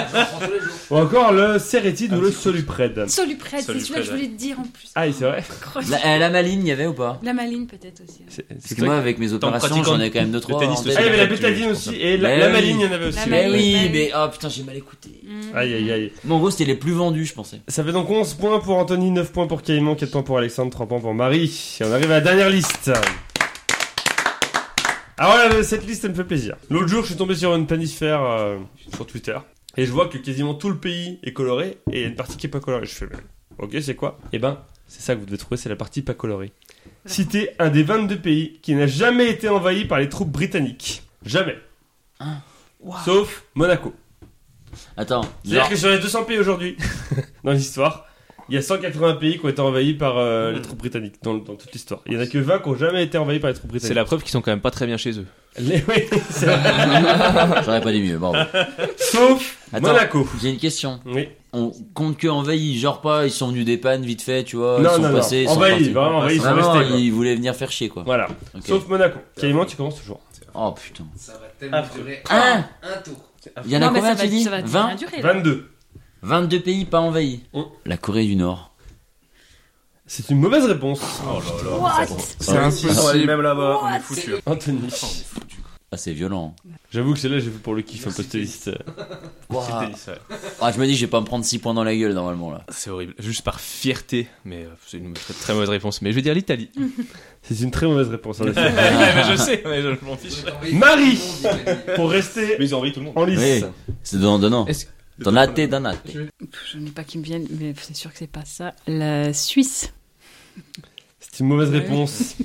Ou encore le Cérétide ou le Soluprède.
Soluprède, c'est
Soluprède,
celui-là que je voulais te dire en plus.
Ah, oui, c'est vrai.
Crotte. La,
La, euh, la maline, il y avait ou pas
maline peut-être aussi.
C'est- c'est
Parce que moi,
toi
avec mes
Tant de
opérations,
pratiquants
j'en ai quand même deux, trois.
tennis
en
de
tête.
Ah, il y avait la
Tu-
bétadine aussi et la,
Mais
la
oui.
maline, il y en avait aussi.
La
Mais
maline.
oui, mais oh putain, j'ai mal écouté.
Mm.
Aïe aïe aïe.
Mais en gros, c'était les plus vendus, je pensais.
Ça fait donc 11 points pour Anthony, 9 points pour Caïman, 4 points pour Alexandre, 3 points pour Marie. Et on arrive à la dernière liste. Alors là, cette liste, elle me fait plaisir. L'autre jour, je suis tombé sur une planifère euh, sur Twitter. Et je vois que quasiment tout le pays est coloré. Et il y a une partie qui est pas colorée. Je fais, ok, c'est quoi Eh ben, c'est ça que vous devez trouver, c'est la partie pas colorée. Citez un des 22 pays qui n'a jamais été envahi par les troupes britanniques. Jamais.
Ah.
Sauf Monaco. <laughs>
Attends,
C'est-à-dire
genre,
que sur les 200 pays aujourd'hui, <laughs> dans l'histoire, il y a 180 pays qui ont été envahis par
Hmm.
euh, les troupes britanniques dans, dans toute l'histoire. Il y en a que 20 qui ont jamais été envahis par les troupes
C'est
britanniques.
la preuve qu'ils sont quand même pas très bien chez eux.
Les- oui, <laughs> c'est
<laughs>
vrai.
j'aurais pas dit mieux, bravo.
Sauf
Attends. Euh,
Monaco.
J'ai une question.
Oui.
On compte que envahi, genre pas, ils sont venus des pannes vite fait, tu vois,
Non,
ils sont
non, non.
passés, ils sont
Envahis,
partis.
vraiment envahis, ils sont
Vraiment,
restés, quoi.
ils voulaient venir faire chier, quoi.
Voilà.
Ok.
Sauf Monaco. Caïman, tu commences toujours.
Oh putain.
Ça va tellement
Ah,
Affreux.
durer
Hein
un,
Ah.
un tour.
Il y en a
Non, mais
combien,
ça va,
tu dis
ça va
20
bien durer. là.
22.
22 pays pas envahis.
Oh.
La Corée du Nord.
C'est une mauvaise réponse.
Oh,
What
C'est impossible.
même là-bas,
on est
<laughs>
foutu. hein,
Anthony.
Ah, c'est
<laughs>
violent.
J'avoue que celle-là, j'ai vu pour le kiff un peu cette liste.
Ouah. Ah, je me dis, je vais pas me prendre 6 points dans la gueule normalement là.
C'est horrible. Juste par fierté, mais euh, c'est une très, très mauvaise réponse. Mais je vais dire <laughs> l'Italie.
C'est une très mauvaise réponse. en
<laughs>
effet.
mais je <laughs> sais, mais je, je m'en fiche.
Marie Pour rester
Mais ils ont envie tout le monde.
en lice.
Oui, c'est donnant, donnant.
Est-ce-
Donate, donate.
Pff, J'en ai pas qui me viennent, mais c'est sûr que c'est pas ça. La Suisse.
C'est une mauvaise
<laughs>
Ouais.
réponse.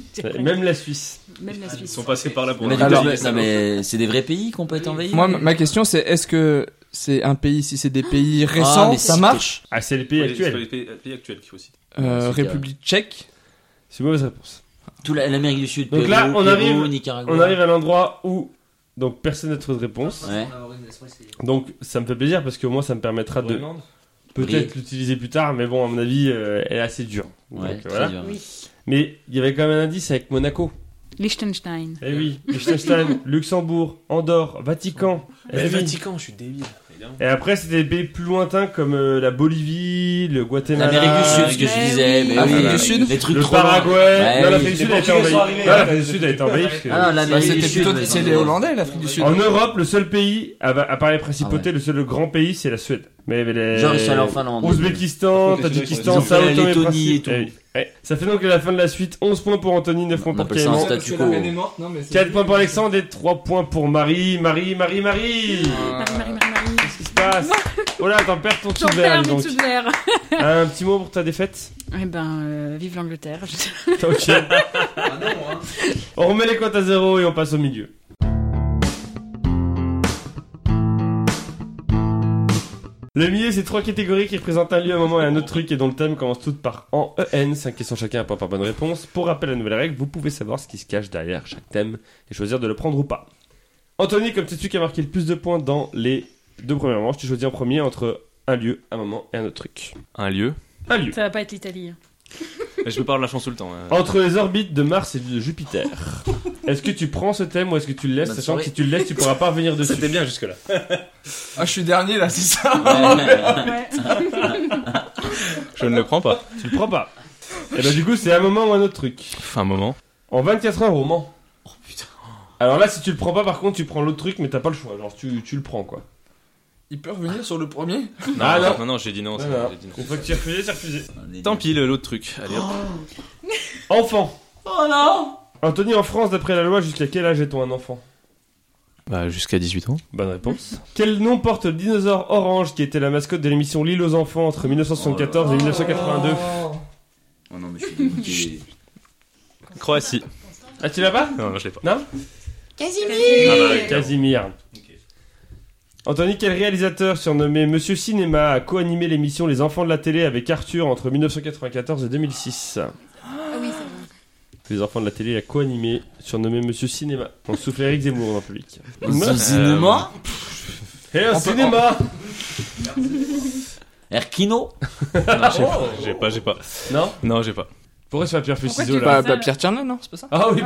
Même la Suisse.
Même la
Ils
Suisse.
sont passés par là pour
Mais,
leur
Alors,
non,
Italie, ça va.
mais c'est des vrais pays qu'on peut être Ah, envahi
Moi, ma ma question c'est est-ce que c'est un pays, si c'est des pays
Ah,
récents,
mais
ça
c'est-
marche
Ah, c'est le
Faut
pays
les- faut
actuel.
les pays- pays actuels qu'il faut citer.
Euh,
C'est
République tchèque.
Bah,
C'est une mauvaise réponse.
Tout la- l'Amérique du Sud,
Donc
Pérou,
là, on
Pérou,
arrive-
Nicaragua.
On arrive à l'endroit où donc personne n'a trouvé de réponse.
Ouais.
Donc ça me fait plaisir parce que moi ça me permettra de
Briller.
peut-être l'utiliser plus tard, mais bon à mon avis euh, elle est assez dure.
Ouais,
Donc,
très
voilà.
dur.
Mais il y avait quand même un indice avec Monaco.
Liechtenstein.
Eh oui,
<laughs>
Liechtenstein, Luxembourg, Andorre, Vatican. Eh oui.
je suis débile.
Et après c'était des pays plus lointains comme euh, la Bolivie, le Guatemala.
L'Amérique du Sud, ce que je
Mais
disais.
oui.
Mais
Afrique
oui,
du Sud.
Les trucs
Le
trop loin.
Paraguay,
Ouais,
non,
oui.
l'Afrique du Sud a été envahie. Non, l'Afrique du Sud a été envahie. parce que-
Ah non,
Bah,
l'Amérique
C'était
du Sud.
plutôt
ouais.
c'est les Hollandais, l'Afrique
Ah,
du Sud.
En Europe, le seul pays à, à part les principautés,
Ah ouais.
le seul grand pays, c'est la Suède. Mais les...
Genre, ils sont allés en Finlande.
Ouzbékistan,
Par contre, les
Tadjikistan,
Suédois, ils ont fait
Sao Tomé
la
et
Lettonie et
Principe. Eh oui. Ouais. Ça fait donc à la fin de la suite 11 points pour Anthony, 9 points
On
pour
appelle ça un
Clément,
statu quo.
4 points pour Alexandre et 3 points pour Marie. Marie, Marie, Marie
Euh,
Ah.
Marie, Marie, Marie, Marie.
Qu'est-ce qui se
<laughs>
passe Oh là, t'en perds ton
J'en
tout
perds
verre,
mes
donc.
sous de l'air.
Un petit mot pour ta défaite
Eh ben, euh, vive l'Angleterre. Je-
Ok. On remet les comptes à zéro et on passe au milieu. Le milieu, c'est trois catégories qui représentent un lieu, un moment et un autre truc et dont le thème commence toutes par en EN. Cinq questions chacun, un point par bonne réponse. Pour rappel à la nouvelle règle, vous pouvez savoir ce qui se cache derrière chaque thème et choisir de le prendre ou pas. Anthony, comme c'est celui qui a marqué le plus de points dans les deux premières manches, tu choisis en premier entre un lieu, un moment et un autre truc.
Un lieu.
Un lieu.
Ça va pas être l'Italie. hein.
Je peux parler de la chanson tout le temps. hein.
Entre les orbites de Mars et de Jupiter. Est-ce que tu prends ce thème ou est-ce que tu le laisses
Bonne
Sachant que
soirée.
si tu le laisses, tu pourras pas revenir dessus. C'était bien jusque-là.
Ah, je suis dernier là, <laughs> c'est ça.
Ouais.
Je ne le prends pas.
Tu le prends pas. Et bah, du coup, c'est un moment ou un autre truc.
Pff, un moment.
En 24 heures au Mans.
Oh putain.
Alors là, si tu le prends pas, par contre, tu prends l'autre truc, mais t'as pas le choix. Genre, tu, tu le prends quoi.
Il peut revenir sur le premier
Non,
Ah, non.
non, non, j'ai dit non.
Non,
c'est
non,
bon,
non.
j'ai dit non.
Une fois que tu as refusé, c'est refusé.
Tant pis, le- l'autre truc. Allez, hop.
Enfant. Oh non Anthony, en France, d'après la loi, jusqu'à quel âge est-on un enfant
Bah, jusqu'à 18 ans.
Bonne réponse. Quel nom porte le dinosaure orange qui était la mascotte de l'émission L'île aux enfants entre 1974 et 1982
Oh non, mais je suis dégoûté.
Croatie.
Ah, tu l'as pas
Non, non, je l'ai pas.
Non Casimir. Anthony, quel réalisateur surnommé Monsieur Cinéma a co-animé l'émission Les Enfants de la télé avec Arthur entre 1994 et 2006
Ah oui, c'est
Les Enfants de la télé a co-animé, surnommé Monsieur Cinéma. On souffle Eric Zemmour dans le public.
Au
Euh,
cinéma
Et au
On peut-
cinéma
Erkino
Non, j'ai pas, j'ai pas, j'ai pas.
Non
Non, j'ai pas.
Pourquoi tu fais pierre feuille
Pourquoi
ciseaux
tu
là
Bah,
Bah,
bah
bah,
Pierre Tchernan, non C'est pas ça
Ah oui,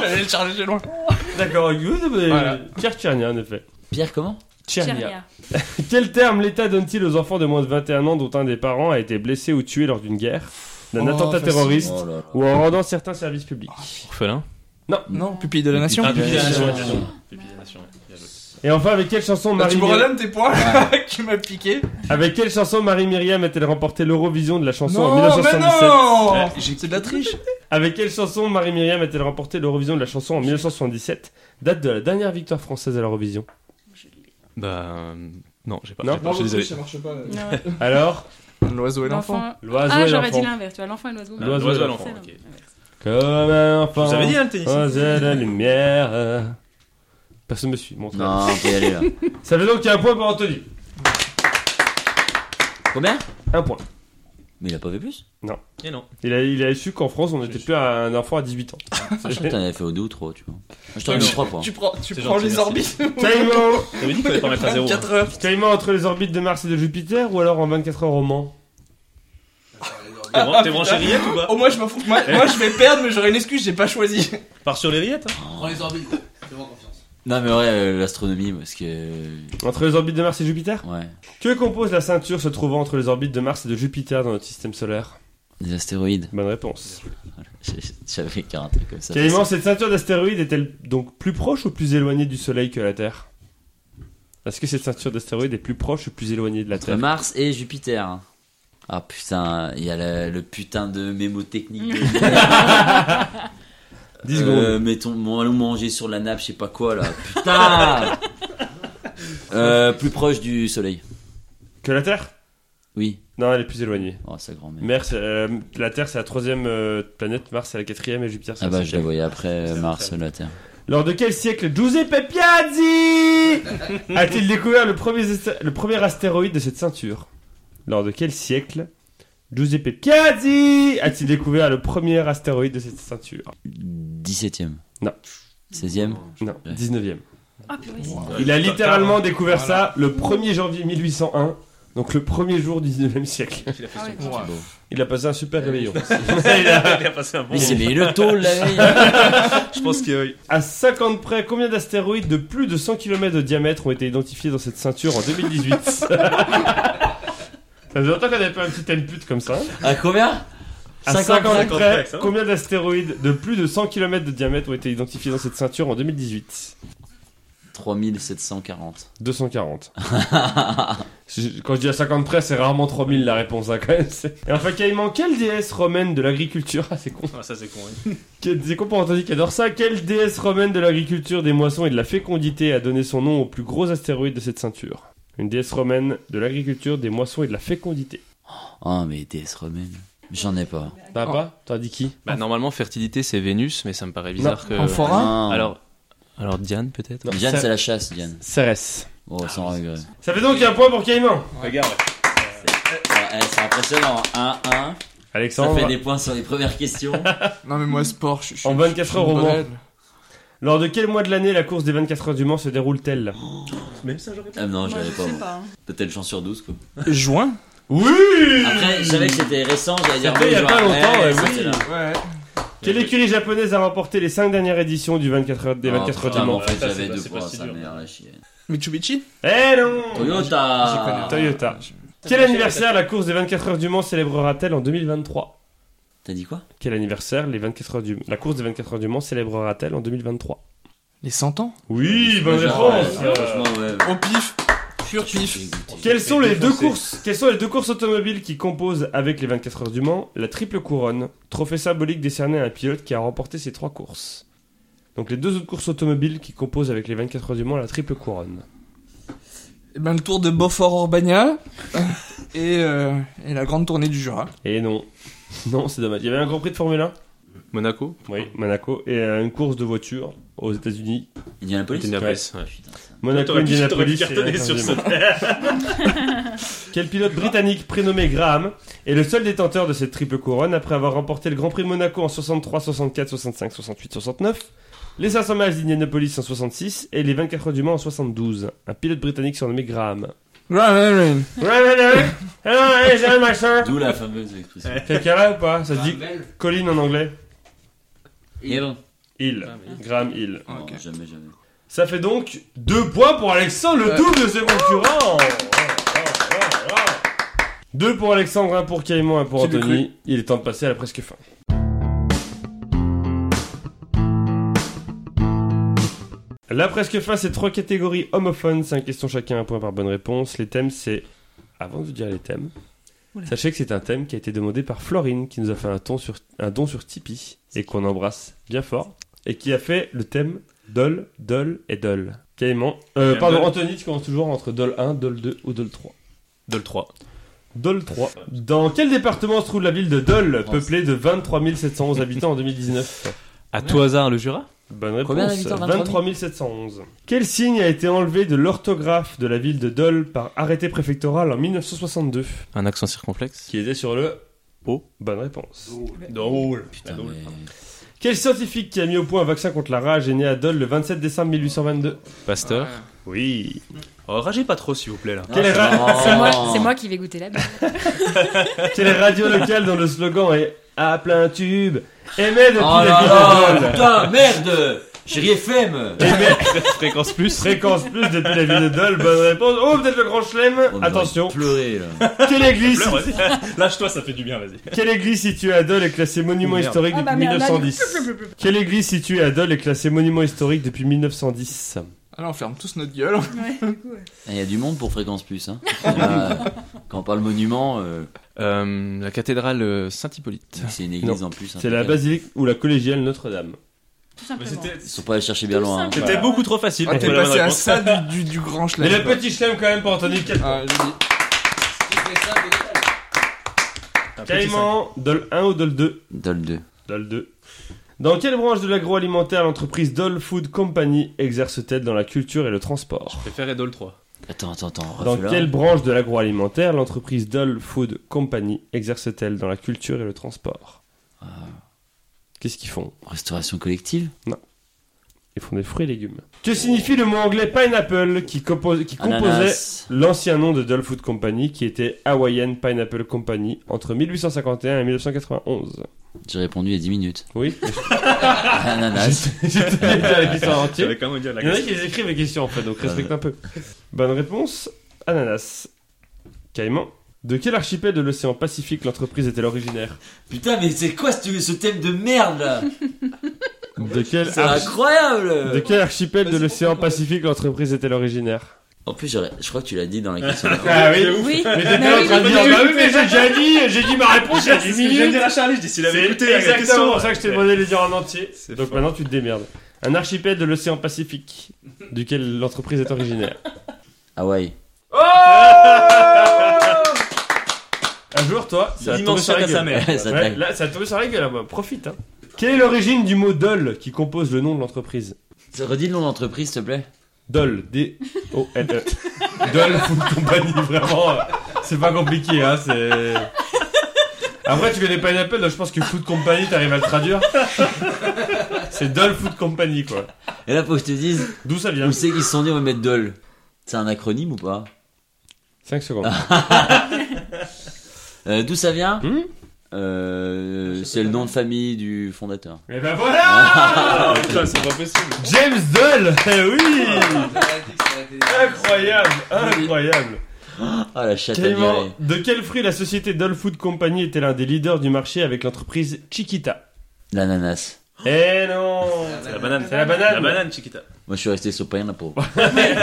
J'allais le charger loin.
d'accord. you-
Voilà.
Pierre Tchernia en effet.
Pierre comment
Tchernia. Quel terme l'État donne-t-il aux enfants de moins de 21 ans dont un des parents a été blessé ou tué lors d'une guerre, d'un
Oh,
attentat
facile.
terroriste
Oh là là.
ou en rendant certains services publics
Orphelin.
Non, pupille de la nation. Euh,
Ah, pupille de la nation.
Et enfin, avec quelle chanson
Bah,
Marie
tu me
Myri-
redonnes tes points qui m'a piqué.
Avec quelle chanson Marie Myriam a-t-elle remporté l'Eurovision de la chanson en
Non, mais
1977
non C'est de la triche.
Avec quelle chanson Marie Myriam a-t-elle remporté l'Eurovision de la chanson en 1977 Date de la dernière victoire française à l'Eurovision.
Bah, euh, non, j'ai pas.
Non.
j'ai pas, je suis désolé.
marche pas.
Alors,
L'oiseau et l'enfant.
L'enfant.
l'oiseau
Ah,
et
j'aurais dit
l'enfant.
l'inverse, tu vois, l'enfant et l'oiseau.
Ah,
L'oiseau
L'oiseau
et
à l'enfant,
C'est
ok.
Comme un enfant.
Vous avez dit, hein, le tennis
aux ailes de la lumière. Personne me suit, mon frère.
Non, on peut y aller <laughs> là.
Ça veut donc qu'il y a un point pour Anthony.
Combien
Un point.
Mais il a pas fait plus
Et Eh non.
Il a, il a su qu'en France, on n'était plus à un enfant à
<laughs>
18 ans.
Ah,
<laughs>
Je crois que t'en avais fait au deux ou trois, tu vois. Moi, Je t'en ai mis trois points.
Tu prends, hein. tu
C'est
prends
gentil,
les
merci.
orbites.
Caïman
T'avais dit qu'on allait pas mettre à zéro. hein.
4 heures.
Caïman entre les orbites de Mars et de Jupiter ou alors en 24 heures au Mans
T'es bran- T'es branché rillettes ou pas
Oh, moi je m'en fous. Moi, moi, je vais perdre, mais j'aurai une excuse, j'ai pas choisi.
Pars sur les rillettes. hein.
Prends les orbites. Fais-moi confiance.
Non, mais ouais, euh, l'astronomie, parce que. euh,
Entre les orbites de Mars et Jupiter
Ouais.
Que compose la ceinture se trouvant entre les orbites de Mars et de Jupiter dans notre système solaire
Des astéroïdes. <laughs>
Bonne réponse.
J'ai- J'avais qu'un un truc comme ça.
Caïman, cette ceinture d'astéroïdes est-elle donc plus proche ou plus éloignée du Soleil que la Terre Est-ce que cette ceinture d'astéroïdes est plus proche ou plus éloignée de la
Entre
Terre
Mars et Jupiter. Ah putain, il y a le, le putain de mémotechnique. <laughs> De...
10
Euh, mettons, mon- allons manger sur la nappe, je sais pas quoi là.
<laughs>
Putain Euh, Plus proche du soleil.
Que la Terre
Oui.
Non, elle est plus éloignée.
Oh, sa grand-mère.
Mars, euh, la Terre, c'est la troisième euh, planète, Mars, c'est la quatrième et Jupiter, c'est
Ah
la
bah, je la
cinquième.
voyais après euh, Mars, la Terre.
Lors de quel siècle Giuseppe Piazzi a-t-il découvert le premier, asté- le premier astéroïde de cette ceinture Lors de quel siècle Giuseppe Piazzi a-t-il découvert le premier astéroïde de cette ceinture
17ème.
Non.
16ème
Oh.
Non,
Ouais.
19e.
Ah, purée.
Il a littéralement découvert ça le 1er janvier 1801, donc le premier jour du 19e siècle.
Ah ouais.
Bon,
Il a passé un super réveillon.
<laughs> Il a passé un bon
Il s'est
moment.
mis le tôle la
<laughs>
veille
Je pense que.
À 50 près, combien d'astéroïdes de plus de 100 km de diamètre ont été identifiés dans cette ceinture en 2018 Ça faisait longtemps qu'on avait pas un petit thème pute comme ça. hein.
À combien
À
50
50,
près,
près,
ça va.
combien d'astéroïdes de plus de 100 km de diamètre ont été identifiés dans cette ceinture en 2018
3740.
240. Je- quand je dis à 50 près, c'est rarement 3000 la réponse hein, quand même. c'est- Et enfin, Caïman, quelle déesse romaine de l'agriculture Ah, c'est con.
Ah, ça c'est con. oui.
Quel- C'est con pour Anthony qui adore ça. Quelle déesse romaine de l'agriculture, des moissons et de la fécondité a donné son nom au plus gros astéroïde de cette ceinture Une déesse romaine de l'agriculture, des moissons et de la fécondité.
Oh, mais déesse romaine. J'en ai pas.
T'as pas T'as dit qui
Bah, normalement, fertilité c'est Vénus, mais ça me paraît bizarre que.
En forain
Non.
Alors. Alors, Diane peut-être
Non,
Diane,
Cé-
c'est la chasse, Diane.
Cérès.
Ah,
Oh, sans regret.
Ça fait donc un point pour Caïman.
Regarde.
Ouais, eh, c'est impressionnant. 1-1. Ça
Alexandre,
fait des points sur les premières questions.
<laughs>
Non, mais moi, sport, je je suis.
en 24 heures
je
au
suis
Mans.
malade.
Lors de quel mois de l'année la course des 24 heures du Mans se déroule-t-elle
Ah non, je
Moi,
l'avais pas.
sais
moi.
pas, hein.
Peut-être une chance sur 12, quoi.
Juin
Oui
Après, je savais que c'était récent, j'allais dire.
C'était il y a
bonjour.
pas longtemps, ouais,
ça,
oui.
c'est là.
Ouais.
Quelle écurie japonaise a remporté les 5 dernières éditions du 24 heures, des
Ah,
24 heures
putain,
du
mais
Mans
En fait,
Ça, c'est
j'avais
pas-
deux
c'est pas
points,
si
sa
dur.
mère, la chienne.
Mitsubishi
Eh non
Ah.
Toyota
Toyota. Quel anniversaire la course des 24 heures du Mans célébrera-t-elle en 2023
T'as dit quoi
Quel anniversaire les 24 heures du... la course des 24 heures du Mans célébrera-t-elle en 2023
Les 100 ans
Oui, bonne
Ouais,
réponse.
ouais, euh, Franchement, ouais.
Au pif Pur
Je
pif
suis dégoûté.
Quelles sont les deux courses Quelles sont les deux courses automobiles qui composent avec les 24 heures du Mans la triple couronne, trophée symbolique décerné à un pilote qui a remporté ces trois courses Donc les deux autres courses automobiles qui composent avec les 24 heures du Mans la triple couronne.
Eh ben, le tour de Beaufort-Orbagna <laughs> et, euh, et la grande tournée du Jura.
Et non. Non, c'est dommage. Il y avait un Grand Prix de Formule 1
Monaco
Oui, Monaco. Et euh, une course de voiture aux États-Unis.
Indianapolis. Ah,
Indianapolis, ouais.
Monaco,
T'aurais pu- t'aurais pu
Indianapolis. et
cartonner sur
Indiana. <laughs> Quel pilote britannique prénommé Graham est le seul détenteur de cette triple couronne après avoir remporté le Grand Prix de Monaco en 63, 64, 65, 68, 69, les 500 miles d'Indianapolis en 66 et les 24 heures du Mans en 72 Un pilote britannique surnommé Graham.
Grand Iron.
D'où la fameuse expression.
Quelqu'un là ou pas Ça se dit
Belle.
Colin en anglais
Et bon.
Hill. Graham Hill.
Ah, ok.
Non, jamais, jamais.
Ça fait donc deux points pour Alexandre, le
Ouais. Oh.
double de ses concurrents. Deux pour Alexandre, un pour Caïman, un pour
Qui l'eût
Anthony. Il est temps de passer à la presque fin. La presque fin, c'est trois catégories homophones, cinq questions chacun, un point par bonne réponse. Les thèmes, c'est. Avant de vous dire les thèmes,
Oula.
sachez que c'est un thème qui a été demandé par Florine, qui nous a fait un, ton sur... un don sur Tipeee et qu'on embrasse bien fort et qui a fait le thème Dol, Dol et Dol. Caïman. Euh,
Et
pardon,
Dol.
Anthony, tu commences toujours entre Dol 1, Dol 2 ou Dol 3.
Dol 3.
Dol 3. Dans quel département se trouve la ville de Dol,
France.
peuplée de 23 711 habitants en 2019
À tout hasard, le Jura
Bonne
Combien
réponse.
d'habitants
23 711. Quel signe a été enlevé de l'orthographe de la ville de Dol par arrêté préfectoral en 1962
Un accent circonflexe
Qui était sur le
O.
Bonne réponse.
Putain,
Dol.
mais-
Quel scientifique qui a mis au point un vaccin contre la rage est né à Dol le 27 décembre 1822
Pasteur
Oui.
Oh, ragez pas trop, s'il vous plaît, là.
Quelle ra-
Ah, non.
C'est moi, c'est moi qui vais goûter la bière.
Quelle radio locale dont le slogan est à plein tube Aimait depuis
Oh
la
là
ville de Dole
là, putain, merde Chérie Oh, FM
Aimait
<laughs> Fréquence plus
fréquence plus depuis la ville de Dole Bonne réponse Oh peut-être le grand chelem
On
Attention
va pleurer là.
Quelle église
Pleure, vas-y. Lâche-toi, ça fait du bien, vas-y.
Quelle église située à Dole est classée monument
Oh, merde.
historique
Ah, bah,
depuis
merde, là,
1910 Quelle église située à Dole est classée monument historique depuis 1910
Alors Ah, on ferme tous notre gueule.
Il Ah, y a du monde pour Fréquence Plus.
<laughs>
Hein. Là, quand on parle monument, euh,
Euh, la cathédrale euh, Saint-Hippolyte.
c'est une église en plus.
C'est la
impeccable.
basilique ou la collégiale Notre-Dame
Tout simplement.
C'était
Ils sont pas allés chercher bien loin. hein.
Tout
c'était beaucoup trop facile.
Ah,
pour
T'es
la bonne
passé à
réponse.
ça du, du, du grand
Mais
chelem.
le
quoi.
petit chelem quand même pour Anthony Quel-
Ah, je dis,
Qui fait ça, des gars
Un petit
Caïman Dole 1 ou Dole 2
Dol 2.
Dol 2. Dans quelle branche de l'agroalimentaire l'entreprise Dole Food Company exerce-t-elle dans la culture et le transport
Je préfère Edol 3.
Attends, attends, attends.
Dans
refais-la.
quelle branche de l'agroalimentaire l'entreprise Dole Food Company exerce-t-elle dans la culture et le transport
Ah.
Qu'est-ce qu'ils font
Restauration collective
Ils font des fruits et légumes. Que signifie le mot anglais pineapple qui, compo- qui composait
Ananas.
l'ancien nom de Dole Food Company qui était Hawaiian Pineapple Company entre 1851 et 1991
J'ai répondu il y a 10 minutes.
Oui, Ah. <laughs>
Ananas.
j'étais bien la question en entier.
quand même dire la
Il y en a qui les écrivent les questions en fait, donc respecte un peu. Bonne réponse, ananas. Caïman. De quel archipel de l'océan Pacifique l'entreprise est-elle originaire
Putain, mais c'est quoi ce, ce thème de merde là
De quel,
C'est
archi- Ah. de
incroyable
quel archipel de l'océan Pacifique l'entreprise est-elle originaire
En plus, j'aurais- je crois que tu l'as dit dans la
<laughs>
question.
Ah oui
Oui,
Mais
Mais
t'étais
oui,
en train de
mais
dire,
oui.
bah oui, mais j'ai déjà dit, j'ai dit ma réponse il y a
C'est
10
ce que je viens de
minutes
dire à Charlie, je dis s'il avait écouté la
exactement
question.
pour ça que je t'ai demandé de les dire en entier.
C'est
Donc
fort.
maintenant tu te démerdes. Un archipel de l'océan Pacifique, duquel l'entreprise est originaire.
Hawaï.
Oh Un jour, toi, ça va tomber
Immense
sur la
à sa
gueule.
mère.
Ça
Ouais,
tape.
là, <laughs> ça a tombé sur la gueule, là, bah, profite. Hein. Quelle est l'origine du mot DOL qui compose le nom de l'entreprise
Redis le nom d'entreprise, s'il te plaît.
DOL, D-O-L-E. E. <laughs> DOL Food Company, vraiment. euh, C'est pas compliqué, hein, <laughs> c'est. Après, tu connais Pineapple, donc je pense que Food Company, t'arrives à le <laughs> traduire. C'est DOL Food Company, quoi.
Et là, faut que je te dise,
D'où ça vient
où c'est qu'ils se sont dit on va mettre Dol C'est un acronyme ou pas
5 secondes.
Euh, D'où ça vient
Hmm
Euh, C'est le nom de famille du fondateur.
Et ben
<laughs>
voilà
Putain, c'est pas possible.
James DOL Eh oui
J'aurais dit que ça aurait été-
Incroyable Incroyable
Ah la chatte à
Caïman,
virer.
de quel fruit la société Dole Food Company était l'un des leaders du marché avec l'entreprise Chiquita
L'ananas.
Eh non
C'est
La banane.
C'est la banane.
La banane, Chiquita.
Moi je suis resté sopalin la pauvre.
Mais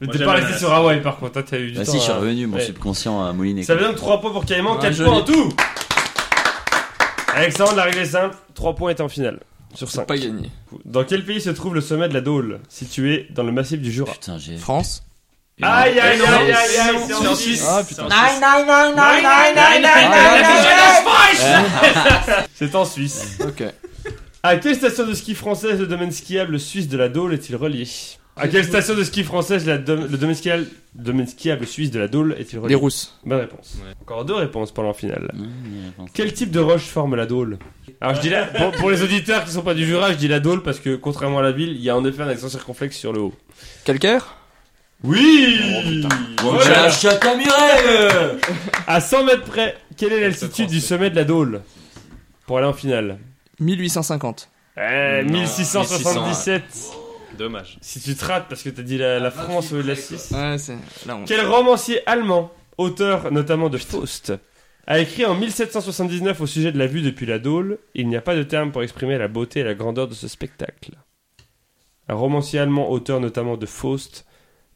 Moi,
t'es pas
j'aime la
resté
menace.
sur Hawaï par contre, hein, t'as eu du
Bah
temps.
si, je suis
à-
revenu, mon
Ouais.
subconscient à Moulinet.
Ça veut donc 3 points pour Caïman,
Ouais,
4
joli.
points en tout Alexandre, la règle est simple 3 points étaient en finale. sur
C'est
5.
pas gagné.
Dans quel pays se trouve le sommet de la Dôle, situé dans le massif du Jura
Putain, j'ai.
France
Aïe aïe aïe aïe aïe,
C'est en Suisse.
Ah, putain.
Aïe,
C'est en Suisse.
Ok.
À quelle station de ski française le domaine skiable suisse de la Dôle est-il relié À quelle station de ski française la dom- le domaine skiable, domaine skiable suisse de la Dôle est-il relié
Les Rousses.
Bonne réponse. Encore deux réponses pour l'en finale.
Non, il y a pas encore.
Quel type de roche forme la Dôle Alors je dis là, pour, pour les auditeurs qui sont pas du Jura, je dis la Dôle parce que contrairement à la ville, il y a en effet un accent circonflexe sur le haut. Oh,
Calcaire
Oui
Bon,
oh
Voilà.
j'ai la chatte à Mireille
À 100 mètres près, quelle est l'altitude du sommet de la Dôle Pour aller en finale.
1850.
Eh,
Non,
1677.
Dommage.
Si tu te rates parce que t'as dit
Ah,
la, la France ou la Suisse.
Ouais, c'est la honte.
Quel romancier allemand, auteur notamment de Faust, a écrit en 1779 au sujet de la vue depuis la Dôle Il n'y a pas de terme pour exprimer la beauté et la grandeur de ce spectacle. Un romancier allemand, auteur notamment de Faust,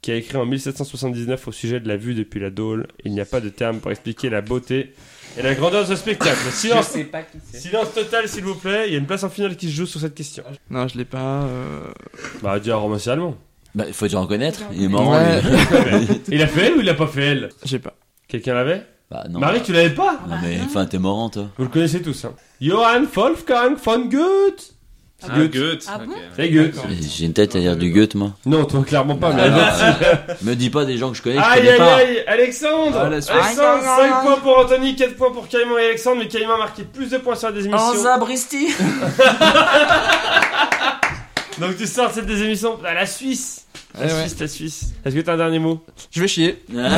qui a écrit en 1779 au sujet de la vue depuis la Dôle Il n'y a pas de terme pour expliquer la beauté et la grandeur de ce spectacle. Silence,
pas qui c'est.
silence total, s'il vous plaît. Il y a une place en finale qui se joue sur cette question.
Non, je l'ai pas. euh,
Bah, dis un romancier allemand.
Bah, faut déjà reconnaître, il est marrant.
Ouais.
lui. <laughs>
Il a fait elle ou il a pas fait elle
J'ai pas.
Quelqu'un l'avait
Bah, non.
Marie, tu l'avais pas
Non, mais enfin, t'es marrant, toi.
Vous le connaissez tous, hein. Johann Wolfgang von Goethe
Ah
Ah,
Goethe.
Goethe.
Ah
ok.
bon
C'est Goethe.
J'ai une tête à dire du Goethe, moi.
Non, toi, clairement pas, mais.
Ah,
Aïe,
Me dis pas des gens que je connais, je
aïe,
connais
aïe,
pas.
Alexandre
Ah, la Suisse.
Alexandre, 5 points pour Anthony, 4 points pour Caïman et Alexandre, mais Caïman a marqué plus de points sur la désémission.
Bristi
Donc tu sors de cette désémission à la Suisse La
Eh ouais.
Suisse, la Suisse. Est-ce que t'as un dernier mot
Je vais chier.
Ah,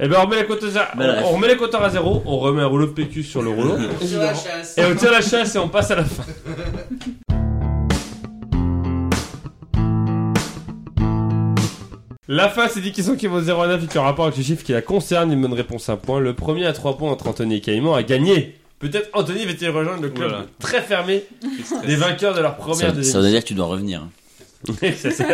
Eh ben, on remet les compteurs à,
Bah,
on, on remet les compteurs à zéro, on remet un rouleau de PQ sur
<laughs>
le rouleau,
Sur la chasse.
et on tire la chasse et on passe à la fin. La fin, c'est 10 questions qui vaut 0 à 9 et qui ont rapport avec le chiffre qui la concerne. Une bonne réponse, un point. Le premier à 3 points entre Anthony et Caïman a gagné. Peut-être Anthony va-t-il rejoindre le club
Oula.
très fermé
Quel stress.
des vainqueurs de leur
Ça,
première
ça
deuxième.
veut dire que tu dois revenir.
C'est ça.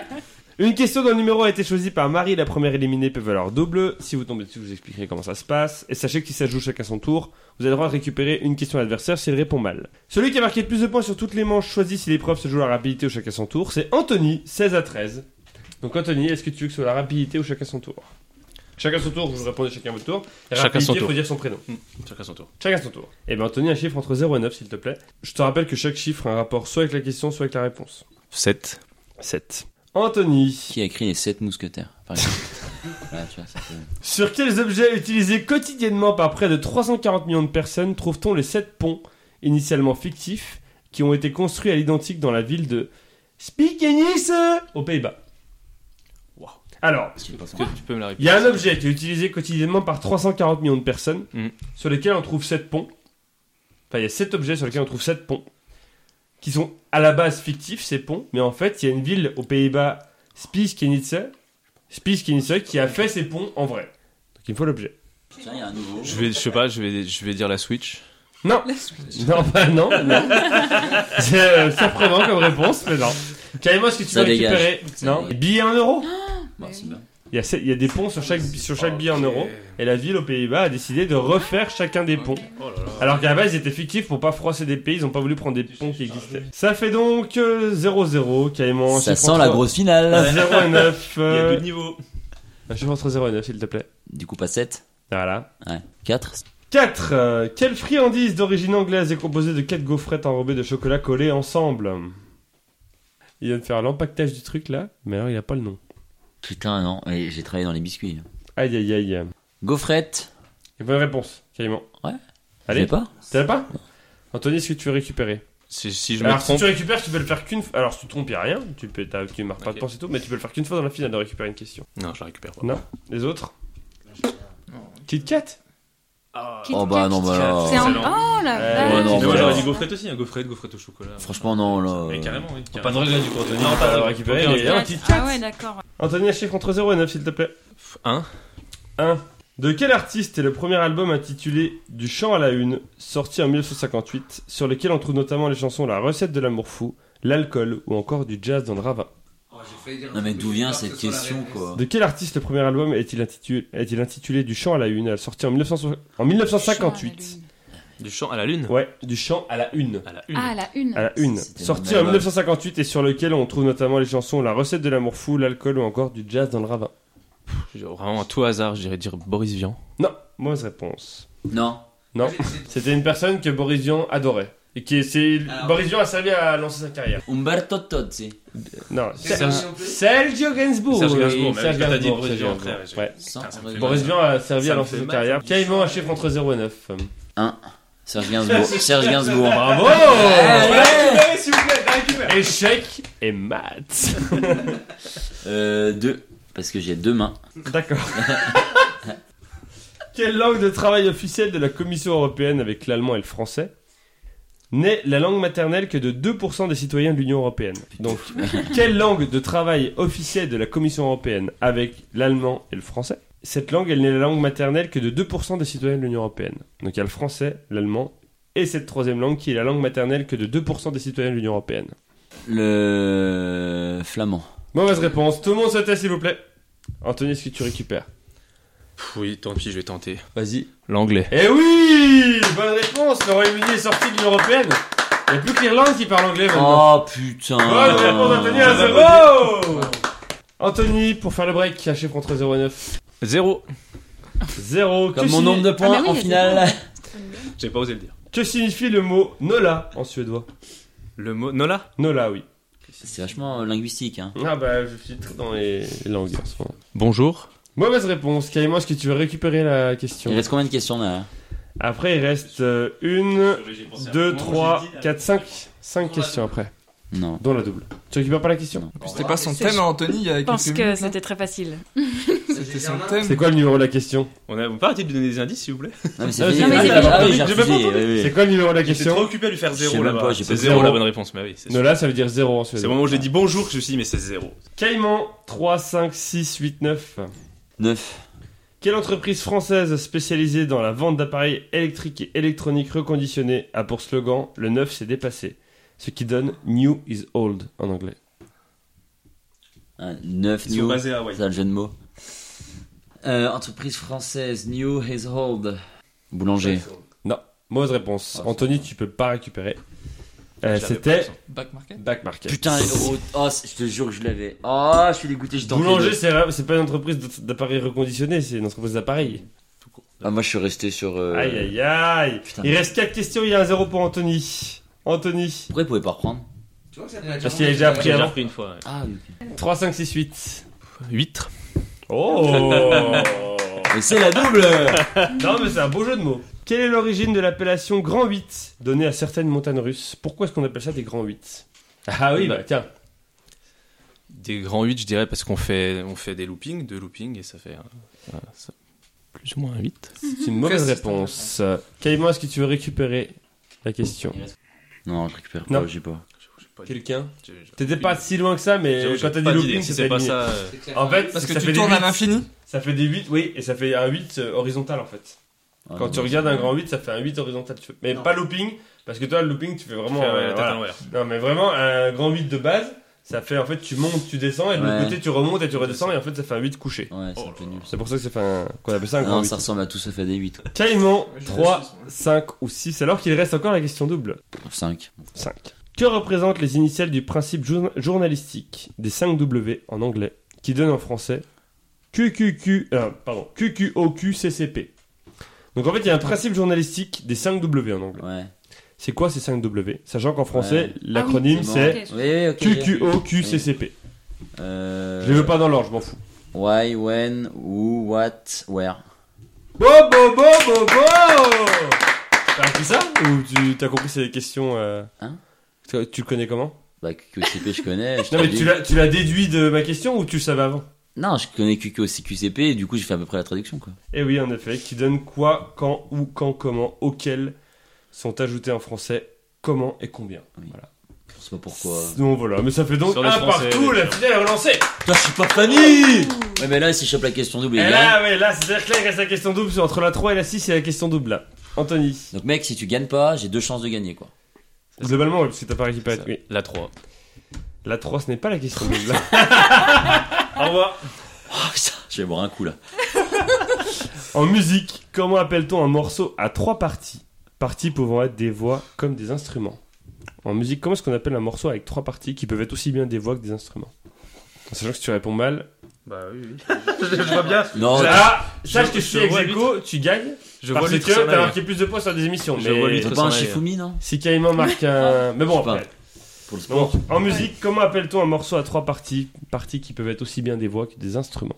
<laughs> Une question dont le numéro a été choisi par Marie, la première éliminée peut valoir double. Si vous tombez dessus, je vous expliquerai comment ça se passe. Et sachez que si ça se joue chacun son tour, vous avez le droit de récupérer une question à l'adversaire s'il répond mal. Celui qui a marqué le plus de points sur toutes les manches choisit si l'épreuve se joue à la rapidité ou chacun son tour, c'est Anthony, 16 à 13. Donc Anthony, est-ce que tu veux que ce soit la rapidité ou chacun son tour Chacun son tour, vous répondez chacun votre tour. Et
Chacun son
rapidité,
tour.
faut dire son prénom.
Chacun son tour.
Chacun son tour. Et bien Anthony, un chiffre entre 0 et 9 s'il te plaît. Je te rappelle que chaque chiffre a un rapport soit avec la question, soit avec la réponse.
7.
7. Anthony,
Qui a écrit les 7 mousquetaires par exemple <laughs> Ouais, tu vois, ça peut-
sur quels objets utilisés quotidiennement par près de 340 millions de personnes trouve-t-on les 7 ponts, initialement fictifs, qui ont été construits à l'identique dans la ville de Spiekenisse, aux Pays-Bas
Wow.
Alors,
je sais pas
Est-ce
comment.
que tu peux me la
il y a un objet qui est utilisé quotidiennement par 340 millions de personnes,
Mm.
sur lesquels on trouve 7 ponts. Enfin, il y a 7 objets sur lesquels on trouve 7 ponts, qui sont à la base fictifs, ces ponts, mais en fait, il y a une ville aux Pays-Bas, Spiekenisse, Spiekenisse, qui a fait ces ponts en vrai. Donc il me faut l'objet.
Tiens, il y a un nouveau.
Je vais, je sais pas, je vais, je vais dire la Switch.
Non <laughs> Non, bah non, non. C'est euh, surprenant comme réponse, mais non. Carrément, ce que tu
Ça
veux
dégage.
récupérer
Ça
Non
dégage.
Billet en euros
Bon, c'est bien.
il y, a, sept- il y a des ponts sur chaque, sur chaque billet en euros, et la ville aux Pays-Bas a décidé de refaire chacun des ponts.
Oh là là.
Alors qu'à la base, ils étaient fictifs pour pas froisser des pays, ils ont pas voulu prendre des ponts qui existaient. Ça fait donc euh, 0-0, Caïman.
Ça
chiffre Ah,
sent
entre-
la grosse finale. <laughs>
0 et 9.
Il y a
Euh...
deux niveaux.
Un chiffre entre 0 et 9, s'il te plaît.
Du coup, pas 7.
Voilà.
Ouais. 4.
4. quelle friandise d'origine anglaise est composée de 4 gaufrettes enrobées de chocolat collées ensemble Il vient de faire l'empaquetage du truc là, mais alors il a pas le nom.
Putain, non. Et J'ai travaillé dans les biscuits.
Aïe aïe aïe.
Gaufrette.
Et bonne réponse, Caïman.
Ouais. Je
Allez,
sais pas.
t'as pas Anthony, est-ce que tu veux récupérer
Si, si je me
Alors si
trompe.
tu récupères, tu peux le faire qu'une fois. Alors si tu te trompes, y a rien. Tu, peux, t'as- tu marques pas de
Ok.
temps et tout, mais tu peux le faire qu'une fois dans la finale de récupérer une question.
Non, je la récupère pas.
Non Les autres Kit Kat
Ah.
Kit
Oh bah
Kat.
non, bah là.
C'est en.
Excellent.
Oh
Euh,
la vache.
ouais, non,
mais moi
voilà.
j'aurais dit gaufrette aussi, un gaufrette, gaufrette au chocolat.
Franchement, non, là.
Mais
euh,
carrément, oui.
Pas de regret du coup, Anthony.
Non, pas de regret.
récupérer.
Aucun
il est là,
regret.
un Kit Kat.
Ah ouais, d'accord.
Anthony, un chiffre entre 0 et 9, s'il te plaît.
1.
1. De quel artiste est le premier album intitulé Du chant à la une, sorti en 1958, sur lequel on trouve notamment les chansons La recette de l'amour fou, L'alcool ou encore du jazz dans le ravin
Non, mais d'où vient cette question, quoi
De quel artiste le premier album est-il intitulé, est-il intitulé Du chant à la une, sorti en, 1960 en 1958,
Du chant à la lune
Ouais, du chant à la une.
À la une.
Ah, la une. <laughs>
À la Euh, une.
C'était
Sorti
mon
en
album.
1958 et sur lequel on trouve notamment les chansons La recette de l'amour fou, l'alcool ou encore du jazz dans le ravin.
J'ai Vraiment à tout hasard, j'irais dire Boris Vian.
Non, mauvaise réponse.
Non.
Non, c'était une personne que Boris Vian adorait. Et qui c'est
Ah,
Alors-
Boris Vian a servi à lancer sa carrière.
Umberto Tozzi.
Non,
C'est
Ser-
Serge-
Sergio Gainsbourg.
Serge
oui,
Gainsbourg, mais
Serge
quand t'as dit
Gainsbourg,
Boris
Serge
Vian,
Gainsbourg,
frère, j'ai-
ouais.
Sans-
Putain, ça me fait
Boris Vian a servi
Ça
à
me
lancer
fait
sa
mal.
carrière. Caïman, un chiffre entre 0 et 9.
Serge Gainsbourg. Serge Gainsbourg.
Ah,
Bravo
Allez, s'il vous plaît, récupère.
Échec et mat.
Euh, deux. Parce que j'ai deux mains.
D'accord. <laughs> Quelle langue de travail officielle de la Commission européenne avec l'allemand et le français n'est la langue maternelle que de 2% des citoyens de l'Union européenne Donc, quelle langue de travail officielle de la Commission européenne avec l'allemand et le français Cette langue, elle n'est la langue maternelle que de 2% des citoyens de l'Union européenne. Donc, il y a le français, l'allemand et cette troisième langue qui est la langue maternelle que de 2% des citoyens de l'Union européenne.
Le flamand.
Mauvaise réponse. Tout le monde se tait, s'il vous plaît. Anthony, est-ce que tu récupères
Pff, Oui, tant pis, je vais tenter.
Vas-y.
L'anglais.
Eh oui Bonne réponse Le Royaume-Uni est sorti de l'Union Européenne Il n'y a plus que l'Irlande qui parle anglais maintenant.
Oh putain.
Bonne réponse Anthony à zéro Anthony, pour faire le break, à chiffre entre 0 et 9.
Zéro.
0.
Comme mon nombre de points
Ah, mais oui,
en
il y a
finale.
J'ai pas osé le dire.
Que signifie le mot Nola en suédois
Le mot Nola
Nola, oui.
<laughs> C'est vachement euh, linguistique. Hein.
Ah bah, je filtre dans les langues en ce moment.
Bonjour.
Mauvaise réponse. Kaïmo, est-ce que tu veux récupérer la question
Il reste combien de questions là hein
Après, il reste euh, 1, 2, 3, 4, 5. 5
Dont la
questions après,
Non.
dont la double. Tu récupères pas la question
C'était pas son
C'est-
thème, hein, Anthony, il y a
Je pense
quelques
que
minutes, là
c'était très facile.
C'était son thème.
C'est quoi le numéro de la question
On a vous pas arrêté de lui donner des indices, s'il vous plaît
Non mais
Non,
c'est
mais
fini.
c'est
Ah,
fini.
ah oui, j'ai
J'ai même pas
refusé.
entendu.
oui, oui.
C'est quoi le numéro de la
J'étais
question
trop occupé à lui faire
Je sais
zéro
même
là-bas.
pas, j'ai pas
C'est
de
zéro
zéro.
la bonne réponse, mais oui. C'est sûr.
Nola, Euh, ça veut dire hein, 0 en
C'est
suédois.
le moment où j'ai dit bonjour que je me suis dit, mais c'est zéro.
Caïman 3, 5, 6, 8, 9.
Neuf.
Quelle entreprise française spécialisée dans la vente d'appareils électriques et électroniques reconditionnés a pour slogan Le 9 s'est dépassé Ce qui donne New is old en anglais.
Un, Ah, Neuf
Ils sont
new.
basés à Hawaï.
C'est un jeu de mots. Euh, entreprise française, New His Hold. Boulanger.
Non, mauvaise réponse.
Ah,
Anthony, tu peux pas récupérer. Euh,
l'avais pas,
C'était
ça.
Back market.
Back Market.
Putain, oh, oh, c'est- je te jure que je l'avais. Oh, je suis dégoûté, je tentais.
Boulanger,
de-
c'est ra- c'est pas une entreprise d- d'appareils reconditionnés, c'est une entreprise d'appareils.
Ah, moi je suis resté sur. euh,
Aïe aïe aïe
putain.
Il reste 4 questions, il y a un 0 pour Anthony. Anthony.
Pourquoi il pouvait pas reprendre
Parce qu'il a déjà appris
J'ai déjà
avant.
repris une fois.
Ah, oui.
3, 5, 6, 8.
Huître.
Oh
Et c'est la double
<laughs> Non mais c'est un beau jeu de mots. Quelle est l'origine de l'appellation Grand 8 donnée à certaines montagnes russes Pourquoi est-ce qu'on appelle ça des Grands 8 Ah oui, bah tiens.
Des grands 8, je dirais, parce qu'on fait, on fait des loopings, deux loopings, et ça fait. un- voilà, ça- plus ou moins un 8.
C'est une mauvaise
Qu'est-ce que
réponse. Caïman, est-ce que tu veux récupérer la question
Non, je récupère
Non.
pas, j'ai pas.
Quelqu'un T'étais pas si loin que ça, mais quand t'as dit looping,
si
c'était
c'est pas
éliminé.
ça. euh,
En fait,
Parce que
ça fait
tu
des
tournes à
huit.
l'infini.
Ça fait des 8, oui, et ça fait un 8 euh, horizontal en fait.
Ah,
Quand
non.
tu regardes un grand 8, ça fait un 8 horizontal. tu veux. Mais
Non.
pas looping, parce que toi, le looping, tu fais vraiment.
faire,
euh,
euh, la tête
voilà.
à l'envers.
Non, mais vraiment, un grand 8 de base, ça fait en fait, tu montes, tu descends, et de l'autre
Ouais.
côté, tu remontes et tu redescends, et en fait, ça fait un 8 couché.
Ouais, c'est
Oh
un peu
là
nul.
C'est pour ça que ça fait un. qu'on appelle ça un grand
Non,
8.
ça ressemble à tout sauf à des 8.
Caïman,
Je
3,
suis sûr,
5 ou 6, alors qu'il reste encore la question double.
5.
5. Que représentent les initiales du principe jour- journalistique des 5 W en anglais, qui donne en français QQQ, euh, pardon, QQOQCCP Donc en fait, il y a un principe journalistique des 5 W en anglais.
Ouais.
C'est quoi ces 5 W Sachant qu'en français,
Ouais.
l'acronyme
Ah oui,
c'est
Oui, oui, ok.
QQOQCCP.
Euh...
Je les veux pas dans l'ordre, je m'en fous.
Why, when, who, what, where.
Bo bo bo bo bo T'as appris ça Ou tu t'as compris ces questions euh,
Hein
tu- Tu le connais comment
Bah, QQCP, je connais.
<laughs>
je
Non mais tu
t'ai dit.
l'as- tu l'as déduit de ma question ou tu le savais avant
Non, je connais QQCP et du coup, j'ai fait à peu près la traduction, quoi.
Et Eh oui, en effet, qui donne quoi, quand, où, quand, comment, auquel sont ajoutés en français comment et combien.
Je sais pas pourquoi.
Donc voilà, mais ça fait donc
Sur les
un
Français,
partout,
les
la finale est relancée.
Putain, je suis pas Fanny Ouais, mais là, si je chope la question double,
Et
il gagne.
là, ouais, là, c'est-à-dire que là, il reste la question double, c'est entre la 3 et la 6, et la question double là. Anthony,
Donc, mec, si tu gagnes pas, j'ai deux chances de gagner, quoi.
globalement, ouais, parce que t'as pas récupéré.
Ça.
Oui.
La 3.
La 3, ce n'est pas la question <laughs> double. Au revoir.
Ah, putain, je vais boire un coup, là.
En musique, comment appelle-t-on un morceau à trois parties parties pouvant être des voix comme des instruments. En musique, comment est-ce qu'on appelle un morceau avec trois parties qui peuvent être aussi bien des voix que des instruments En sachant que si tu réponds mal,
Bah oui, oui. je, je vois bien.
Non,
Là,
je-
sache que
je
si
vois
ex aequo, tu gagnes.
Je
parce
vois
que t'as
le
marqué plus de points sur des émissions.
Je
mais
vois
c'est
l'huître.
pas un
Soleil.
Shifumi, non
si Caïman marque un. Mais bon,
Je sais
après.
Pour le
Bon,
sport.
en musique, comment appelle-t-on un morceau à trois parties Parties qui peuvent être aussi bien des voix que des instruments.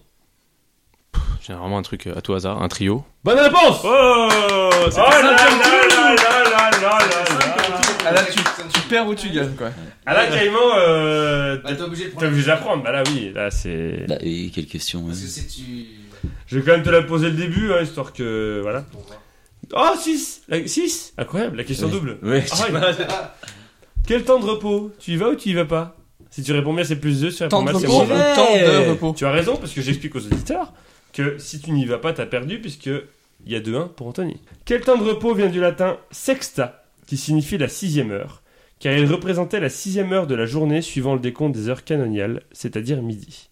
Généralement un truc euh, à tout hasard, un trio.
Bonne réponse
Oh
Oh là là là là là là là
Ah là, tu, tu perds ou tu gagnes, quoi.
Ah là, Caïman, euh,
Bah, t'es obligé de
t'es
prendre.
obligé d'apprendre. Bah là, oui, là, c'est.
Bah.
Là, Bah, et quelle question hein.
Parce que si tu.
Je vais quand même te la poser le début, hein, histoire que. Voilà.
Bon, bah.
Oh, 6 6 Incroyable, la question
Ouais. <laughs>
double.
Ouais.
Ah, il m'a- Quel temps de repos Tu y vas ou tu y vas pas Si tu réponds bien, c'est plus 2. Si tu réponds
Temps de
mal, c'est
repos,
moins
ou temps
deux.
de repos.
Tu as raison, parce que j'explique aux auditeurs que si tu n'y vas pas, t'as perdu, puisque il y a 2-1 pour Anthony. Quel temps de repos vient du latin sexta, qui signifie la sixième heure, car il représentait la sixième heure de la journée suivant le décompte des heures canoniales, c'est-à-dire midi.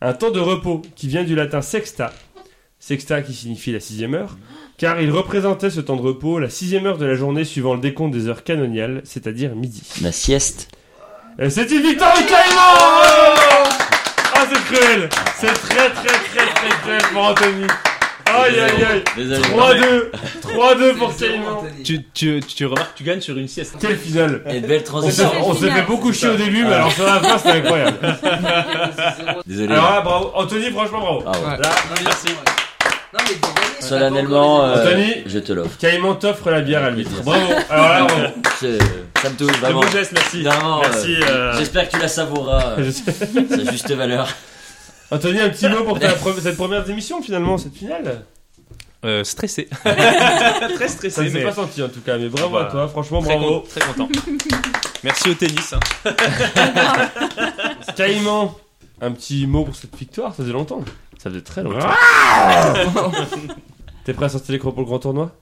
Un temps de repos qui vient du latin sexta, sexta qui signifie la sixième heure, car il représentait ce temps de repos la sixième heure de la journée suivant le décompte des heures canoniales, c'est-à-dire midi.
La sieste.
Et c'est une victoire de Caïman Ah, c'est cruel C'est très, très, très, très cruel pour Anthony. Aïe, aïe, aïe
Désolé.
3-2 3-2 pour
C'est bon,
Caïman
Anthony.
Tu, tu, tu remarques, tu gagnes sur une sieste.
Quelle finale
Et belle
on
transition.
s'est on s'est fait beaucoup chier au début, mais alors sur la fin, c'était incroyable.
Désolé.
Alors là, bravo. Anthony, franchement, bravo.
Ah ouais.
Ouais.
Là,
Merci. Non, mais t'as gagné, ça
Solennellement,
t'a pas
euh,
encore
Anthony.
je te l'offre.
Caïman t'offre la bière à l'huître. Bravo. Alors là, bravo.
Je- Ça me touche
De
vraiment.
beau geste, merci.
Vraiment,
Merci.
euh,
euh,
J'espère que tu la savoureras
<laughs>
euh, sa juste valeur. <laughs>
Anthony, un petit mot pour <laughs> ta pre- cette première émission, finalement, cette finale
Euh, Stressé. Très
Ça ne
stressé,
s'est
mais
pas senti, en tout cas, mais bravo
Bah,
à toi. Franchement,
très,
bravo.
con- très content. Merci au tennis. hein.
Caïman, un petit mot pour cette victoire, ça faisait longtemps. Ça faisait très longtemps. <laughs> T'es prêt à sortir les crocs pour le grand tournoi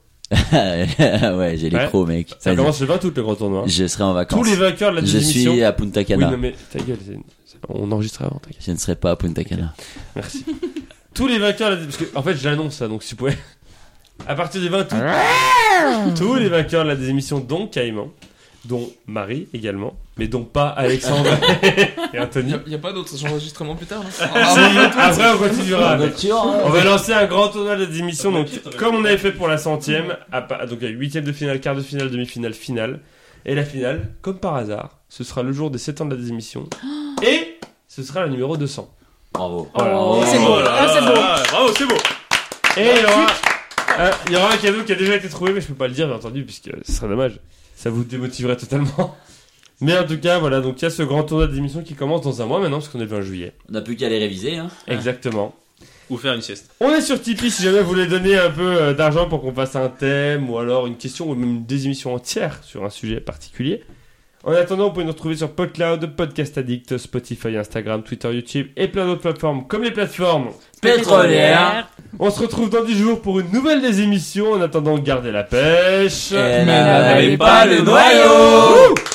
ouais, j'ai les
Ouais.
crocs, mec.
Ça
Vas-y.
commence le 20 août le grand tournoi.
Je serai en vacances.
Tous les vainqueurs de la
Je
deuxième émission.
suis à Punta
Oui,
Cana.
non, mais ta gueule, c'est- c'est- on enregistre avant, ta gueule.
Je ne serai pas à Punta Cana.
Merci. Tous les vainqueurs de la... Parce que, en fait, je l'annonce ça, donc si vous pouvez... À partir du 20 août, <laughs> tous les vainqueurs de la désémission, dont Caïman, dont Marie également, mais dont pas <laughs> Alexandre et Anthony.
Y'a pas d'autres enregistrements plus tard, là
Ah, Après, on continuera. Ah, mais-
Nocturne. hein.
On va lancer un grand tournoi de démission. Donc, comme on avait fait pour la centième, à pa- donc il y a huitième de finale, quart de finale, demi-finale, finale. Et la finale, comme par hasard, ce sera le jour des 7 ans de la démission. Et ce sera le numéro 200.
Bravo.
Voilà.
Oh, c'est beau.
là
Ah, c'est
là
beau.
là, Bravo, c'est beau.
Et il y, aura, un- il y aura un cadeau qui a déjà été trouvé, mais je peux pas le dire, bien entendu, puisque ce serait dommage. Ça vous démotiverait totalement. Mais en tout cas, voilà, donc il y a ce grand tournoi de démission qui commence dans un mois maintenant, parce qu'on est le 20 juillet.
On n'a plus qu'à les réviser. Hein.
Exactement.
Ou faire une sieste.
On est sur Tipeee si jamais vous voulez donner un peu euh, d'argent pour qu'on fasse un thème ou alors une question ou même des émissions entières sur un sujet particulier. En attendant, vous pouvez nous retrouver sur PodCloud, Podcast Addict, Spotify, Instagram, Twitter, YouTube et plein d'autres plateformes comme les plateformes.
Pétrolière.
On se retrouve dans 10 jours pour une nouvelle des émissions. En attendant, gardez la pêche.
Elle
Mais
n'avait
n'avait
pas
pas
le
le
noyau.
Wouh